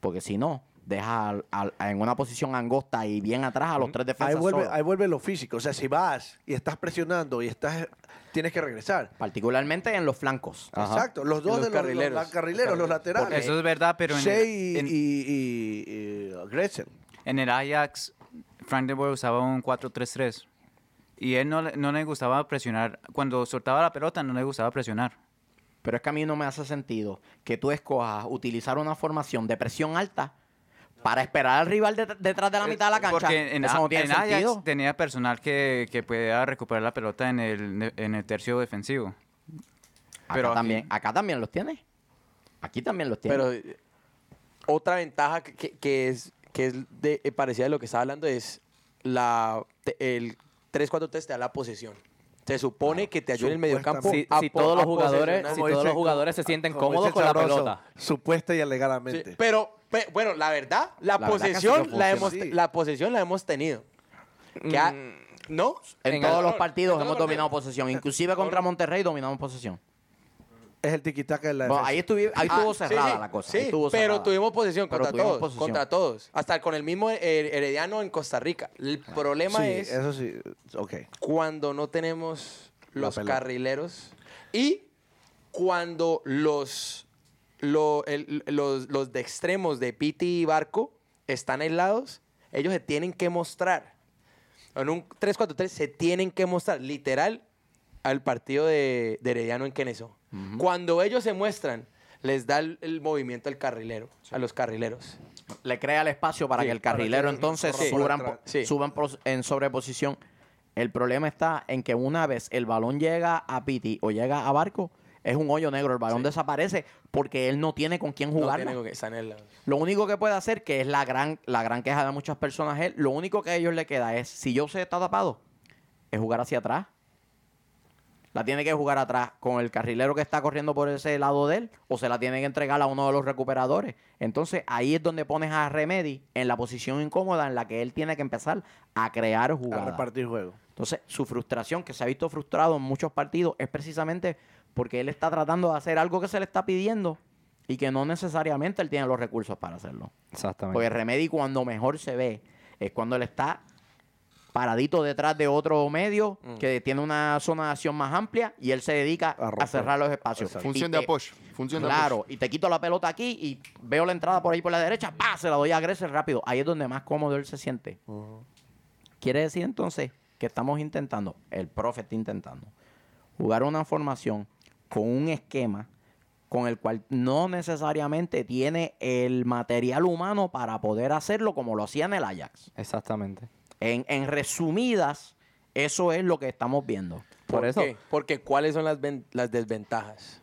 S1: Porque si no, deja al- al- en una posición angosta y bien atrás a los tres defensas
S4: Ahí vuelve,
S1: solos.
S4: ahí vuelve lo físico. O sea, si vas y estás presionando y estás, tienes que regresar.
S1: Particularmente en los flancos.
S4: Exacto. Los
S3: Los
S4: dos de los- los
S3: carrileros.
S4: la- carrileros, los laterales.
S6: Eso es verdad, pero en,
S4: Shea
S6: el,
S4: y,
S6: en-
S4: y- y- uh, y Gressel.
S6: en el Ajax, Frank de Boer usaba un 4-3-3. Y él no, le- no le gustaba presionar. Cuando soltaba la pelota, no le gustaba presionar.
S1: Pero es que a mí no me hace sentido que tú escojas utilizar una formación de presión alta para esperar al rival det- detrás de la mitad de la cancha.
S6: Eh, Porque en,
S1: Eso no tiene
S6: en Ajax
S1: sentido.
S6: tenía personal que, que podía recuperar la pelota en el, en el tercio defensivo.
S1: acá,
S6: pero aquí-
S1: también, acá también los tiene. Aquí también los tiene.
S3: Pero eh, otra ventaja que- que, que es, que es de, eh, parecida a lo que estaba hablando es la, te- el 3-4-3 te da la posesión. Se supone que te ayuda en el mediocampo.
S2: Si,
S3: a
S2: si
S3: po-
S2: todos
S3: a
S2: los jugadores,
S3: posesionar.
S2: si
S4: Como
S2: todos
S4: dice-
S2: los jugadores se sienten
S4: como
S2: cómodos
S4: dice
S2: con la
S4: Sabroso,
S2: pelota.
S4: Supuesta y
S3: Sí,
S4: alegadamente.
S3: pero, pe- bueno, la verdad, la,
S1: La verdad
S3: posesión
S1: casi no Mm.
S3: la, hemos,
S4: funciona. Sí.
S3: la posesión la hemos tenido. Que ha- ¿No?
S1: en,
S2: en
S1: todos
S2: el-
S1: los
S3: en
S1: partidos
S3: todos
S1: hemos
S3: los
S1: dominado posesión. Inclusive contra Monterrey dominamos posesión.
S4: Es el tiquitaca de la
S1: Bueno,
S4: defensa.
S1: ahí, estuvi- ahí
S3: Ah,
S1: estuvo
S3: sí,
S1: cerrada
S3: sí,
S1: la cosa.
S3: Sí,
S1: ahí estuvo
S3: pero
S1: cerrada.
S3: tuvimos posesión
S1: Pero
S3: contra
S1: tuvimos
S3: todos.
S1: posesión.
S3: Contra todos. Hasta con el mismo eh, Herediano en Costa Rica. El
S1: Ah,
S3: problema
S4: Sí,
S3: es
S4: eso sí. Ok.
S3: cuando no tenemos
S4: La
S3: los
S4: pelota.
S3: carrileros y cuando los, lo- el- los, los de extremos de Piti y Barco están aislados, ellos se tienen que mostrar. En un 3-4-3 se tienen que mostrar, literal, al partido de, de Herediano en Queneso. Cuando ellos se muestran, les da el, el movimiento al carrilero, a los carrileros.
S1: le crea el espacio para
S3: Sí,
S1: que el
S4: para que
S1: carrilero
S4: corra
S1: entonces
S4: por
S1: subran,
S4: atrás.
S1: po-
S3: Sí.
S1: suban por- en sobreposición. El problema está en que una vez el balón llega a Piti o llega a Barco, es un hoyo negro. El balón desaparece porque él no tiene con quién
S3: No
S1: jugar.
S3: tienen que- están aislados.
S1: Lo único que puede hacer, que es la gran, la gran queja de muchas personas, es lo único que a ellos le queda es, si yo está tapado, es jugar hacia atrás. La tiene que jugar atrás con el carrilero que está corriendo por ese lado de él, o se la tiene que entregar a uno de los recuperadores. Entonces ahí es donde pones a Remedy en la posición incómoda en la que él tiene que empezar a crear
S4: A
S1: jugadas.
S4: repartir juego.
S1: Entonces, su frustración, que se ha visto frustrado en muchos partidos, es precisamente porque él está tratando de hacer algo que se le está pidiendo y que no necesariamente él tiene los recursos para hacerlo.
S2: Exactamente.
S1: Porque Remedy cuando mejor se ve es cuando él está paradito detrás de otro medio que tiene una zona de acción más amplia y él se dedica
S4: A
S1: a,
S4: romper.
S1: cerrar los espacios. Y
S4: Exacto.
S5: Función de
S1: te-
S5: apoyo. Función de
S3: pues.
S1: Claro,
S5: apoyo.
S1: y te quito la pelota aquí y veo la entrada por ahí por la derecha, ¡pa! Se la doy a Gressel rápido. Ahí es donde más cómodo él se siente. Quiere decir entonces que estamos intentando, el profe está intentando, jugar una formación con un esquema con el cual no necesariamente tiene el material humano para poder hacerlo como lo hacía en el Ajax.
S2: Exactamente.
S1: En, en resumidas, eso es lo que estamos viendo.
S2: Por eso.
S3: qué? Porque ¿cuáles son las, ven- las desventajas?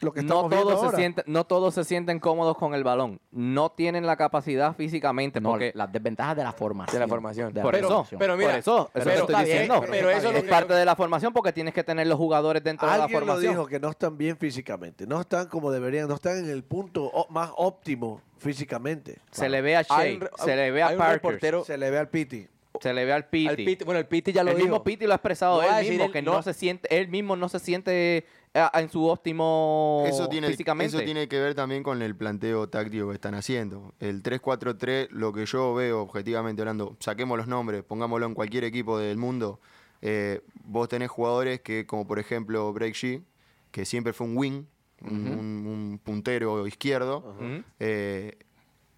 S4: Lo que
S2: No
S4: estamos viendo
S2: todos, se
S4: ahora.
S2: sienten, no todos se sienten cómodos con el balón. No tienen la capacidad físicamente.
S1: No,
S2: porque
S1: las desventajas de la formación.
S3: De la formación.
S1: De la
S2: Por eso,
S1: formación.
S3: pero mira,
S2: por eso, eso
S3: pero
S2: te estoy
S3: está bien,
S2: diciendo.
S3: pero- pero eso es lo
S2: es
S3: que
S2: parte
S3: yo-
S2: de la formación porque tienes que tener los jugadores dentro de la
S4: Alguien lo
S2: formación.
S4: dijo que no están bien físicamente, no están como deberían, no están en el punto o- más óptimo físicamente.
S2: Se le ve a
S3: Hay
S2: Shea,
S3: un re-
S2: se le ve a
S3: hay un
S2: Parker,
S3: reportero-
S4: Se le ve al Piti.
S2: se le ve al
S3: al
S2: Piti.
S3: Piti- bueno, el Piti ya lo
S2: el
S3: dijo.
S2: mismo Piti lo ha expresado
S3: No voy a
S2: él
S3: decir
S2: mismo,
S3: el-
S2: que no,
S3: no-
S2: se siente, él mismo no se siente eh, en su óptimo
S5: Eso tiene,
S2: físicamente.
S5: eso tiene que ver también con el planteo táctico que están haciendo. El 3-4-3, lo que yo veo objetivamente hablando, saquemos los nombres, pongámoslo en cualquier equipo del mundo. eh, vos tenés jugadores que, como por ejemplo Break G, que siempre fue un wing, un, un- un puntero izquierdo,
S2: Ujú.
S5: eh,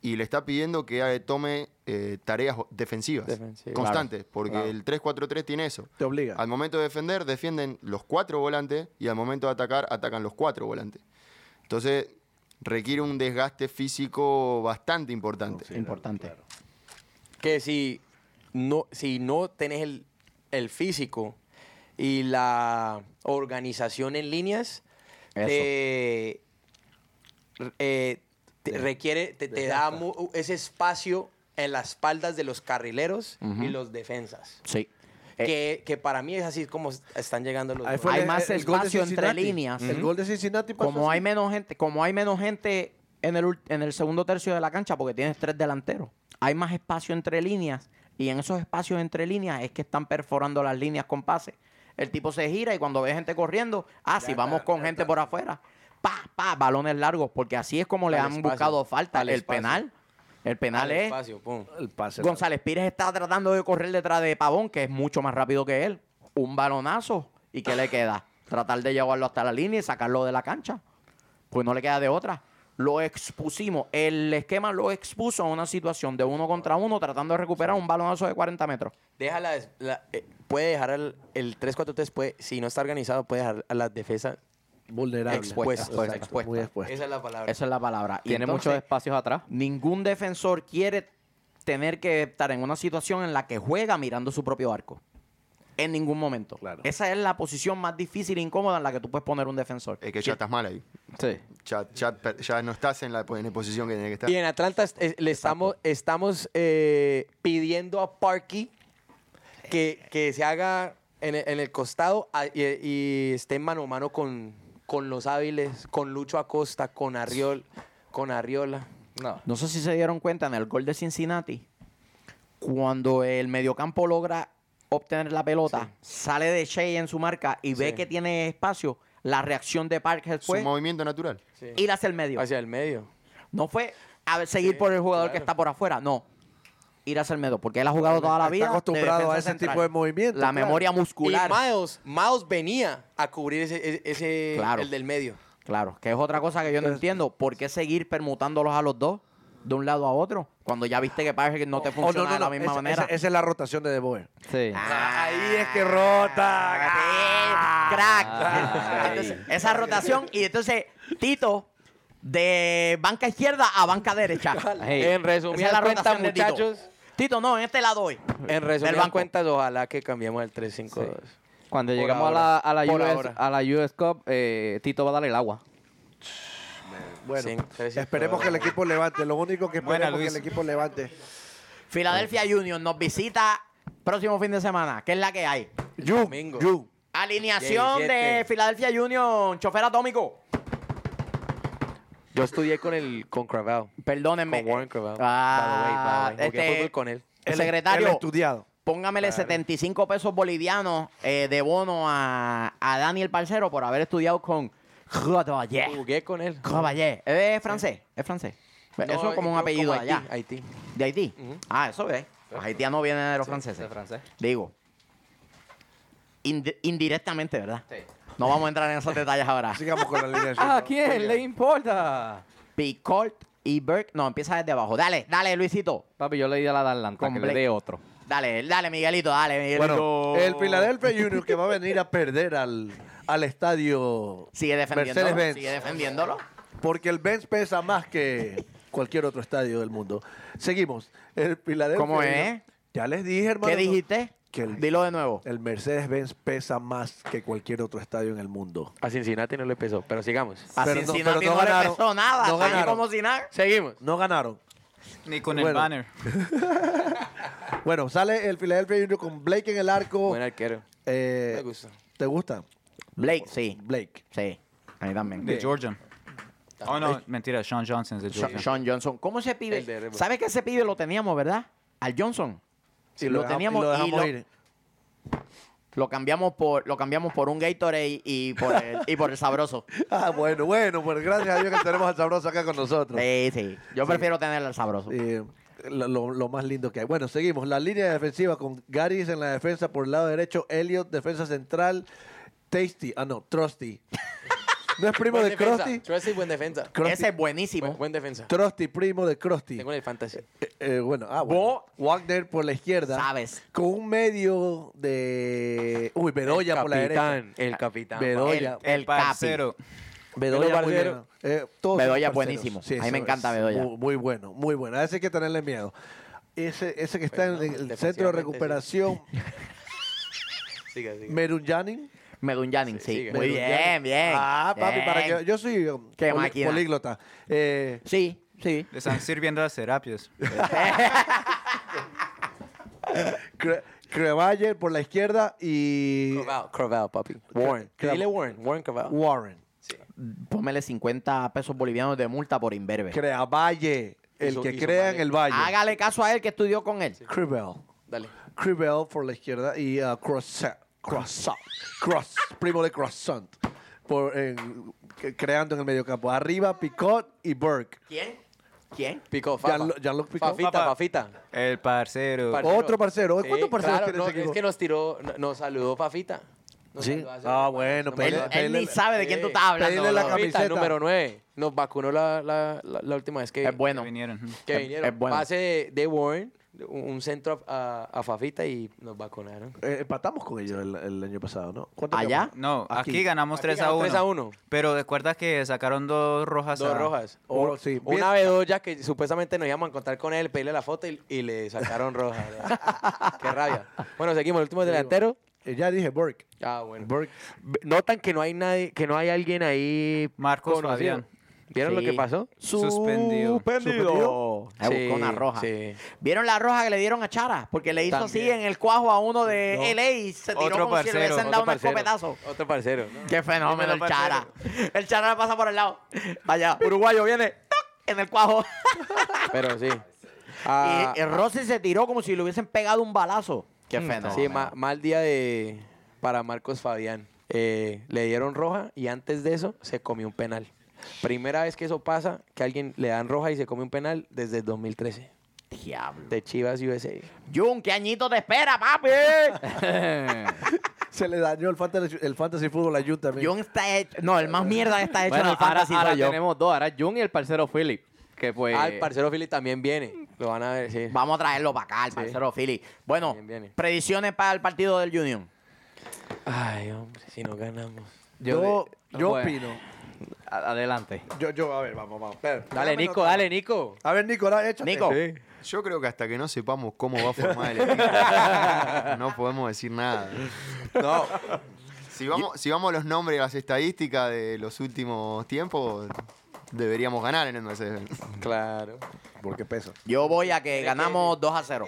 S5: y le está pidiendo que eh, tome eh, tareas defensivas
S3: Defensivas.
S5: constantes, porque
S3: claro.
S5: el 3-4-3 tiene eso.
S4: Te obliga.
S5: Al momento de defender, defienden los cuatro volantes y al momento de atacar, atacan los cuatro volantes. Entonces, requiere un desgaste físico bastante importante.
S1: Importante.
S3: que si no, si no tenés el, el físico y la organización en líneas,
S1: Eso.
S3: te, eh, te requiere, te, te da mu- ese espacio en las espaldas de los carrileros y los defensas.
S1: Sí. Eh,
S3: que, que para mí es así como est- están llegando los
S4: Ahí
S3: dos.
S4: fue
S1: Hay
S4: el-
S1: más
S4: el gol de
S1: espacio entre
S4: Cincinnati.
S1: líneas.
S4: El
S1: Ujú.
S4: gol de Cincinnati pasó
S1: como
S4: así.
S1: hay menos gente, como hay menos gente en el, ul- en el segundo tercio de la cancha porque tienes tres delanteros. Hay más espacio entre líneas y en esos espacios entre líneas es que están perforando las líneas con pases. El tipo se gira y cuando ve gente corriendo, ah, si vamos con gente por afuera, pa, pa, balones largos, porque así es como le
S3: Al
S1: han
S3: espacio,
S1: buscado falta.
S3: al
S1: El
S3: espacio.
S1: penal, el penal
S3: Al
S2: ¿eh?
S1: es
S3: espacio, pum.
S4: el pase.
S1: González Pires está tratando de correr detrás de Pavón, que es mucho más rápido que él. Un balonazo. ¿Y qué le queda? Tratar de llevarlo hasta la línea y sacarlo de la cancha. Pues no le queda de otra. Lo expusimos. El esquema lo expuso a una situación de uno contra uno tratando de recuperar un balonazo de 40 metros.
S3: Deja la, des- la- eh, puede dejar al- el 3-4-3, puede- si no está organizado, puede dejar a las defensas
S4: vulnerable.
S3: expuestas.
S4: Exacto,
S3: expuestas.
S4: Muy expuesta.
S3: Esa es la palabra.
S1: Esa es la palabra. Y
S2: Tiene
S1: entonces,
S2: muchos espacios atrás.
S1: Ningún defensor quiere tener que estar en una situación en la que juega mirando su propio arco. En ningún momento.
S4: Claro.
S1: Esa es la posición más difícil e incómoda en la que tú puedes poner un defensor.
S5: Es que ya estás mal ahí.
S2: Sí.
S5: Ya, ya per- ya no estás en la, en la posición que tenés que estar.
S3: Y en Atlanta est- es- le estamos, estamos eh, pidiendo a Parky que, que se haga en el, en el costado a- y, y esté mano a mano con, con los hábiles, con Lucho Acosta, con Arriol, con Arriola.
S2: No.
S1: No sé si se dieron cuenta en el gol de Cincinnati, cuando el mediocampo logra obtener la pelota, sale de Shea en su marca y ve
S3: Sí.
S1: que tiene espacio, la reacción de Parkhead
S5: Su
S1: fue
S5: movimiento natural.
S1: ir hacia el medio.
S3: Hacia el medio.
S1: No fue a ver, seguir por el jugador que
S3: claro.
S1: está por afuera, no. Ir hacia el medio, porque él ha jugado toda la
S4: Está
S1: vida. de
S4: acostumbrado
S1: defensa
S4: a ese
S1: central.
S4: tipo de movimiento,
S1: La
S4: claro.
S1: memoria
S3: Y
S1: muscular.
S3: Miles, Miles venía a cubrir ese, e- ese-
S1: Claro.
S3: el del medio.
S1: Claro, que es otra cosa que yo no entiendo. ¿Por qué seguir permutándolos a los dos de un lado a otro cuando ya viste que Parkhead no te
S4: Oh,
S1: funciona de la misma
S4: esa,
S1: manera?
S4: esa- esa es la rotación de De Boer.
S2: Sí.
S4: Ahí es que rota.
S1: Ah, crack.
S2: Ay.
S1: Entonces, esa rotación. Y entonces, Tito, de banca izquierda a banca derecha.
S2: Hey.
S3: En
S1: Esa es
S3: resumidas
S1: la
S3: cuentas,
S1: rotación de Tito.
S3: muchachos, Eh.
S1: Tito, no, en este la doy.
S3: en
S1: Del
S3: resumidas
S1: banco.
S3: cuentas, ojalá que cambiemos al 3-5-2.
S2: Cuando
S3: Por
S2: llegamos
S3: ahora.
S2: a la, a, la
S3: Por
S2: US,
S3: ahora.
S2: a la US Cup, eh, Tito va a dar el agua.
S4: Bueno,
S3: Sí, tres y-
S4: esperemos que el equipo levante. Lo único que
S6: Buena,
S4: esperemos es que el
S6: Luis.
S4: equipo levante.
S1: Filadelfia Junior nos visita próximo fin de semana. ¿Qué es la que hay?
S3: Domingo.
S1: Alineación de
S3: 17.
S1: Filadelfia Junior, chofer atómico.
S3: Yo estudié con el con Craval.
S1: Perdónenme.
S3: Con Warren Craval.
S1: Ah,
S3: by the way, by the way. Jugué
S1: este-
S3: fútbol con él.
S1: El
S4: El-
S1: secretario.
S4: el estudiado.
S1: Póngamele 75 pesos bolivianos eh, de bono a, a Daniel Parcero por haber estudiado con Rodoyer.
S3: Jugué con él.
S1: Rodoyer. Es francés, es francés.
S3: No,
S1: eso es como un
S3: yo-
S1: apellido
S3: Haití,
S1: allá.
S3: Haití.
S1: ¿De Haití? Ah, eso es. Los haitianos vienen de los franceses.
S2: de francés.
S1: Digo. indi- indirectamente, ¿verdad? No vamos a entrar en esos detalles ahora.
S4: Sigamos con la línea.
S1: Ah,
S2: ¿A quién le importa?
S1: Picolt y Burke. No, empieza desde abajo. Dale, dale, Luisito.
S2: Papi, yo le di a la de Atlanta,
S1: Con
S2: que le
S1: Blake.
S2: dé otro.
S1: Dale, dale, Miguelito, dale, Miguelito.
S4: Bueno, el Philadelphia Junior que va a venir a perder al, al estadio
S1: Sigue defendiéndolo.
S4: Mercedes-Benz.
S1: Sigue defendiéndolo.
S4: Porque el Benz pesa más que cualquier otro estadio del mundo. Seguimos. El Philadelphia-
S1: ¿Cómo es?
S4: Ya les dije, hermano.
S1: ¿Qué
S4: no-
S1: dijiste?
S4: que el-
S1: Dilo de nuevo.
S4: El Mercedes-Benz pesa más que cualquier otro estadio en el mundo.
S3: A Cincinnati no le pesó, pero sigamos.
S1: A
S4: Pero no-
S1: Cincinnati
S4: pero no
S1: no, le
S4: ganaron.
S1: pesó nada.
S4: No
S1: está ahí
S4: ganaron.
S1: como si nada.
S3: Seguimos.
S4: No ganaron.
S6: Ni con el
S4: Bueno.
S6: banner.
S4: Bueno, sale el Philadelphia Union con Blake en el arco.
S3: Buen arquero.
S4: Eh,
S3: Me gusta.
S4: ¿Te gusta?
S1: Blake, sí.
S4: Blake.
S1: Sí. A mí también.
S6: De Georgia. Oh, no, mentira. Sean Johnson es de
S1: Sha-
S6: Georgia.
S1: Sean Johnson. ¿Cómo ese
S3: El de
S1: pibe?
S3: Remo.
S1: ¿Sabes que ese pibe lo teníamos, verdad? Al Johnson.
S4: Y
S1: lo,
S4: dejamos-
S1: teníamos
S4: y lo
S1: y
S4: dejamos
S1: lo,
S4: ir.
S1: lo cambiamos por lo cambiamos por un Gatorade y por el, y por el sabroso.
S4: Ah, bueno, bueno, pues gracias a Dios que tenemos al sabroso acá con nosotros.
S1: Sí, sí. Yo prefiero tener el sabroso.
S4: Eh, lo, lo- lo más lindo que hay. Bueno, seguimos. La línea defensiva con Garis en la defensa por el lado derecho, Elliot, defensa central, Tasty, ah no, Trusty. ¿No es primo
S3: Buen
S4: de
S3: defensa.
S4: Krusty?
S3: Trusty, buen defensa.
S4: Crosby-
S1: Ese es buenísimo.
S3: Buen, buen defensa.
S4: Trusty, primo de Krusty.
S3: Tengo en el fantasy.
S4: Eh, eh, bueno, ah, bueno.
S1: Bo-
S4: Wagner por la izquierda.
S1: Sabes.
S4: Con un medio de... Uy, Bedoya por la derecha.
S3: capitán. El capitán.
S4: Pero-
S1: el,
S4: Bedoya.
S1: el
S6: parcero.
S4: Bedoya, muy
S3: Barbero.
S4: bien. Eh, todos son
S1: Bedoya es
S4: parceros.
S1: buenísimo. A mí
S4: eso
S1: me encanta
S4: es.
S1: Bedoya.
S4: Muy, muy bueno, muy bueno. A ese hay que tenerle miedo. Ese, ese que está
S3: Pero no,
S4: en el centro de
S3: defensivamente,
S4: recuperación,
S3: Siga, siga.
S4: Merunyanin.
S1: Medunyanin, sí.
S3: sigue.
S1: Muy bien,
S4: Merunyanin.
S1: bien.
S4: Ah, papi, para
S1: Bien.
S4: que yo soy um,
S1: Qué
S4: poli-
S1: máquina.
S4: políglota. Eh,
S1: Sí, sí.
S6: Le están sirviendo las terapias.
S4: Cre- Crevalle por la izquierda y
S3: Craval, Craval, papi. Warren.
S4: Craval.
S3: Dile Warren. Warren Craval.
S4: Warren.
S1: Pómele 50 pesos bolivianos de multa por imberbe.
S4: Creavalle, el
S3: Hizo-
S4: que
S3: hizo
S4: crea
S3: mal.
S4: en
S1: eh.
S4: el valle.
S1: Hágale caso a él que estudió con él.
S4: Crevel.
S3: Dale.
S4: Crevel por la izquierda y uh, Croissant. Croissant. Cross. Primo de Croissant. Por, en- que- creando en el mediocampo. Arriba, Picot y Burke.
S1: ¿Quién? ¿Quién?
S3: Picó, Fafa.
S4: Jean- Jean-Luc Picot.
S3: Fafita,
S6: Fafa.
S3: Fafita.
S6: El parcero.
S4: Par- Otro parcero. ¿Cuántos parceros
S3: claro,
S4: tiene
S3: no,
S4: ese equipo?
S3: Es que nos tiró, no- nos saludó Fafita. Nos
S4: Sí.
S3: saludó hace-
S4: Ah, bueno,
S3: nos
S1: Él,
S4: Pele-
S1: él
S3: saludó.
S4: pele-
S1: ni sabe de quién tú estás hablando.
S4: Pele la
S1: bro.
S4: camiseta.
S3: Fafita, el número 9. Nos vacunó la, la, la, la última vez que,
S1: Es bueno.
S6: Vinieron. ujú.
S3: que
S1: Es-
S3: vinieron.
S1: es bueno.
S3: Pase de, de Warren, un, un centro a, a, a Fafita y nos vacunaron.
S4: Eh, empatamos con ellos el, el año pasado, ¿no? ¿Cuánto
S1: ¿Allá?
S4: quedamos?
S6: No, aquí,
S4: Aquí.
S6: ganamos
S3: Aquí
S6: 3 a
S3: ganó
S6: 1.
S3: tres a uno.
S6: Pero recuerda que sacaron dos rojas.
S3: Dos
S6: a-
S3: rojas.
S4: Oro, sí.
S3: Una
S4: Bien.
S3: bedoya que supuestamente nos íbamos a encontrar con él, pedirle la foto y, y le sacaron roja. ¿verdad? Qué rabia. Bueno, seguimos. El último delantero.
S4: Eh, ya dije Burke.
S3: Ah, bueno.
S4: Burke.
S3: B- Notan que no hay nadie, que no hay alguien ahí.
S6: Marcos
S3: conocido.
S6: Fabián.
S3: ¿Vieron
S1: Sí.
S3: lo que pasó?
S6: Suspendido.
S4: Suspendido.
S1: Ahí buscó una roja.
S3: Sí.
S1: ¿Vieron la roja que le dieron a Chara? Porque le hizo así
S3: También.
S1: en el cuajo a uno de
S4: No.
S1: LA y se tiró
S6: Otro
S1: como si
S6: parcero,
S1: le hubiesen
S6: otro
S1: dado un
S3: parcero.
S1: escopetazo.
S3: Otro parcero.
S1: Qué fenómeno el
S6: Dímelo,
S1: Chara. El Chara le pasa por el lado. Vaya, uruguayo viene ¡toc! en el cuajo.
S3: Pero sí. Ah,
S1: y el Rossi se tiró como si le hubiesen pegado un balazo. Mm, Qué fenómeno.
S3: Sí, ma- mal día de para Marcos Fabián. Eh, le dieron roja y antes de eso se comió un penal. Primera vez que eso pasa, que alguien le dan roja y se come un penal desde el 2013.
S1: Diablo.
S3: De Chivas USA.
S1: Jun, ¿qué añito te espera, papi?
S4: Se le dañó el fantasy, el fantasy fútbol a Jun también.
S1: Jun está hecho. No, el más mierda que está hecho en
S2: Bueno,
S1: el
S2: ahora,
S1: fantasy
S2: ahora
S1: soy yo.
S2: tenemos dos. Ahora Jun y el parcero Philip. Que pues...
S3: Ah, el parcero Philly también viene. Lo van a ver, sí.
S1: Vamos a traerlo para acá, el parcero Philly. Bueno,
S3: Bien, bien.
S1: predicciones para el partido del Union.
S3: Ay, hombre, si no ganamos.
S4: Yo,
S2: de-
S4: yo
S2: bueno,
S4: opino.
S2: a- Adelante.
S4: Yo, yo, a ver, vamos, vamos. espera.
S3: Dale,
S4: Déjame
S3: Nico,
S4: notar.
S3: dale, Nico.
S4: A ver, Nico, la- échate.
S1: Nico.
S4: Sí.
S5: Yo creo que hasta que no sepamos cómo va a formar el equipo, no podemos decir nada.
S3: No,
S5: Si vamos, si vamos a los nombres y las estadísticas de los últimos tiempos, deberíamos ganar en el Mercedes.
S3: claro.
S4: Porque pesa.
S1: Yo voy a que ganamos 2 a 0.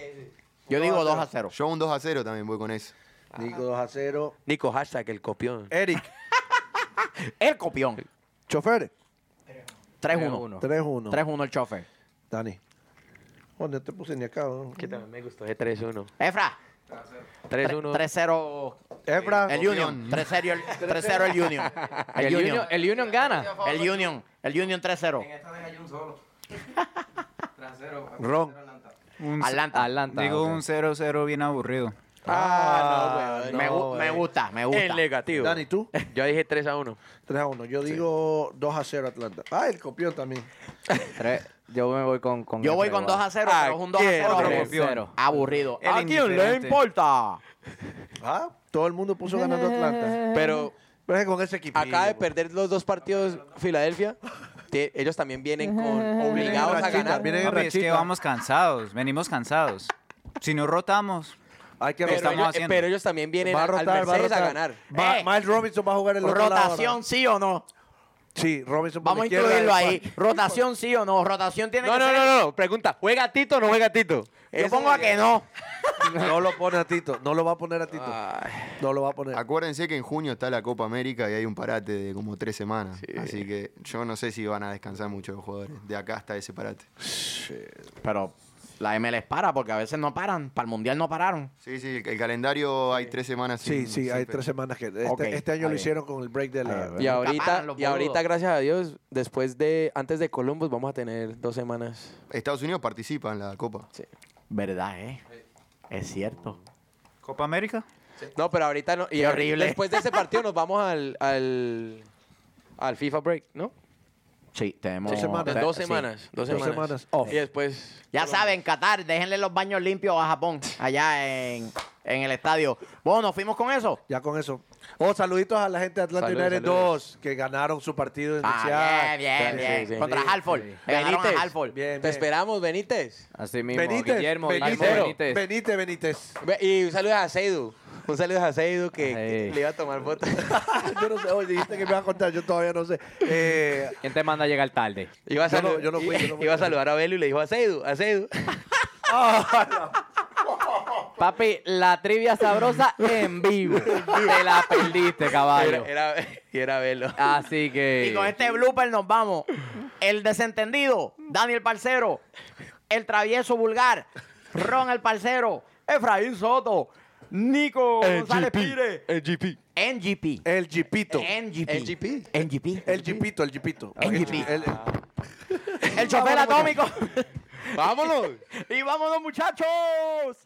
S1: Yo digo 2 a 0.
S5: Yo un 2 a 0 también voy con eso.
S4: Nico 2 a 0.
S3: Nico, hashtag el copión.
S4: Eric,
S1: El copión.
S4: chofer.
S1: 3-1.
S4: 3-1.
S1: 3-1 el chofer.
S4: Dani. Oh, no te puse ni acá. ¿no?
S3: Que también me gustó ese 3-1.
S1: Efra.
S3: 3-1.
S1: 3-0
S4: Efra.
S1: el Union. 3-0 el, 3-0 el Union.
S2: El,
S1: El
S2: Union,
S1: Union.
S2: el Union gana.
S1: El Union. El Union 3-0.
S4: Ron.
S6: Un-
S1: Atlanta.
S2: Atlanta.
S6: Digo
S2: ok.
S6: un 0-0 bien aburrido.
S3: Ah, no, weón.
S1: Me, gu- me gusta, me gusta.
S3: En negativo.
S4: Dani, ¿tú?
S3: Yo dije 3 a 1.
S4: 3 a 1. Yo digo 2 a 0 Atlanta. Ah, el copión también.
S2: Tres- Yo me voy con... con
S1: Yo voy con 2 a 0, pero es un 2
S3: Ah,
S1: a 0
S6: otro
S1: aburrido.
S6: copión.
S1: aburrido.
S6: El indiferente.
S1: importa?
S4: Ah, todo el mundo puso ganando Atlanta.
S3: Pero
S4: Pero es que con ese equipo.
S3: Acaba de perder los dos partidos Filadelfia. Te- ellos también vienen con obligados a
S4: rachita,
S3: ganar.
S4: vienen en
S6: Papi, es que
S4: rachita.
S6: vamos cansados, venimos cansados. Si no rotamos,
S4: Hay que
S3: Pero,
S4: rotar.
S6: estamos
S3: ellos,
S6: haciendo.
S3: pero ellos también vienen
S4: Va a
S3: al-
S4: rotar,
S3: al
S4: va a
S3: Mercedes a,
S4: rotar.
S3: ganar.
S4: Va-
S1: Eh,
S4: Miles Robinson va a jugar el otro lado ahora.
S1: Rotación sí o no.
S4: Sí, Robinson por
S1: Vamos a
S4: la izquierda,
S1: incluirlo
S4: después-
S1: ahí. Rotación sí o no. Rotación tiene
S3: No,
S1: que
S3: no,
S1: ser.
S3: no, no, no. Pregunta, ¿juega Tito o no juega Tito?
S1: Yo
S3: Eso
S1: pongo a
S3: sería-
S1: que no.
S4: No lo pone a Tito. No lo va a poner a Tito.
S3: Ay,
S4: No lo va a poner.
S5: Acuérdense que en junio está la Copa América y hay un parate de como tres semanas. Así que yo no sé si van a descansar muchos los jugadores. De acá hasta ese parate.
S1: Pero la M les para porque a veces no paran. Para el mundial no pararon.
S5: Sí, sí, el, el calendario hay tres semanas.
S4: Sí,
S5: sin-
S4: sí,
S5: sin
S4: hay
S5: fe-
S4: tres semanas que. Este,
S1: Ok,
S4: este año
S1: está
S4: lo
S1: bien.
S4: hicieron con el break de
S1: Está
S4: la.
S1: bien.
S3: Y
S1: Nunca
S3: ahorita,
S1: paran los
S3: y ahorita,
S1: boludos.
S3: gracias a Dios, después de, antes de Columbus, vamos a tener dos semanas.
S5: Estados Unidos participa en la Copa.
S3: Sí.
S1: Verdad, ¿eh? Es cierto.
S6: Copa América.
S3: No, pero ahorita no. Y
S1: Qué horrible.
S3: Después de ese partido nos vamos al, al, al FIFA break, ¿no?
S1: Sí, tenemos.
S4: Dos semanas.
S1: te-
S3: dos
S1: sí.
S3: semanas. Dos
S4: Dos
S3: semanas.
S4: semanas off.
S3: Y después.
S1: Ya saben, Qatar, déjenle los baños limpios a Japón, allá en, en el estadio. Bueno, ¿nos fuimos con eso?
S4: Ya con eso. Oh, saluditos a la gente de Atlanta
S3: Saludos,
S4: United
S3: saludos.
S4: 2 que ganaron su partido
S1: Ah,
S4: inicial.
S1: bien, bien,
S3: sí,
S1: bien.
S3: sí, sí.
S1: Contra
S4: Sí,
S1: Halford.
S4: sí.
S1: Le ganaron
S3: Benítez.
S1: a Halford.
S4: Bien,
S3: Te
S4: bien.
S3: esperamos, Benítez.
S2: Así mismo.
S4: Benítez,
S2: Guillermo,
S4: Benítez,
S2: Guillermo
S4: Benítez.
S2: Benítez.
S4: Benítez, Benítez.
S3: Ve- Y un saludo a Seidu. Un saludo a Seidu que, que
S2: Ay.
S3: le iba a tomar fotos.
S4: yo no sé, oye, dijiste que me vas a contar, yo todavía no sé. Eh,
S2: ¿Quién te manda a llegar tarde?
S3: Iba a,
S4: Yo no-
S3: salu-
S4: yo no fui, yo no fui.
S3: iba a saludar a Belu y le dijo a Seidu, a Seidu.
S2: Papi, la trivia sabrosa en vivo. te la perdiste, caballo.
S3: Era, era, y era Belo.
S2: Así que.
S1: Y con este blooper nos vamos. El desentendido, Daniel Parcero. El travieso vulgar, Ron el Parcero. Efraín Soto. Nico González Pires.
S3: El GP.
S1: NGP.
S4: el Jipito.
S1: NGP.
S3: NGP.
S1: NGP.
S4: El Jipito, el Jipito.
S1: El Jipito.
S4: El- el-
S1: El chofer atómico.
S3: ¡Vámonos!
S1: y vámonos, muchachos.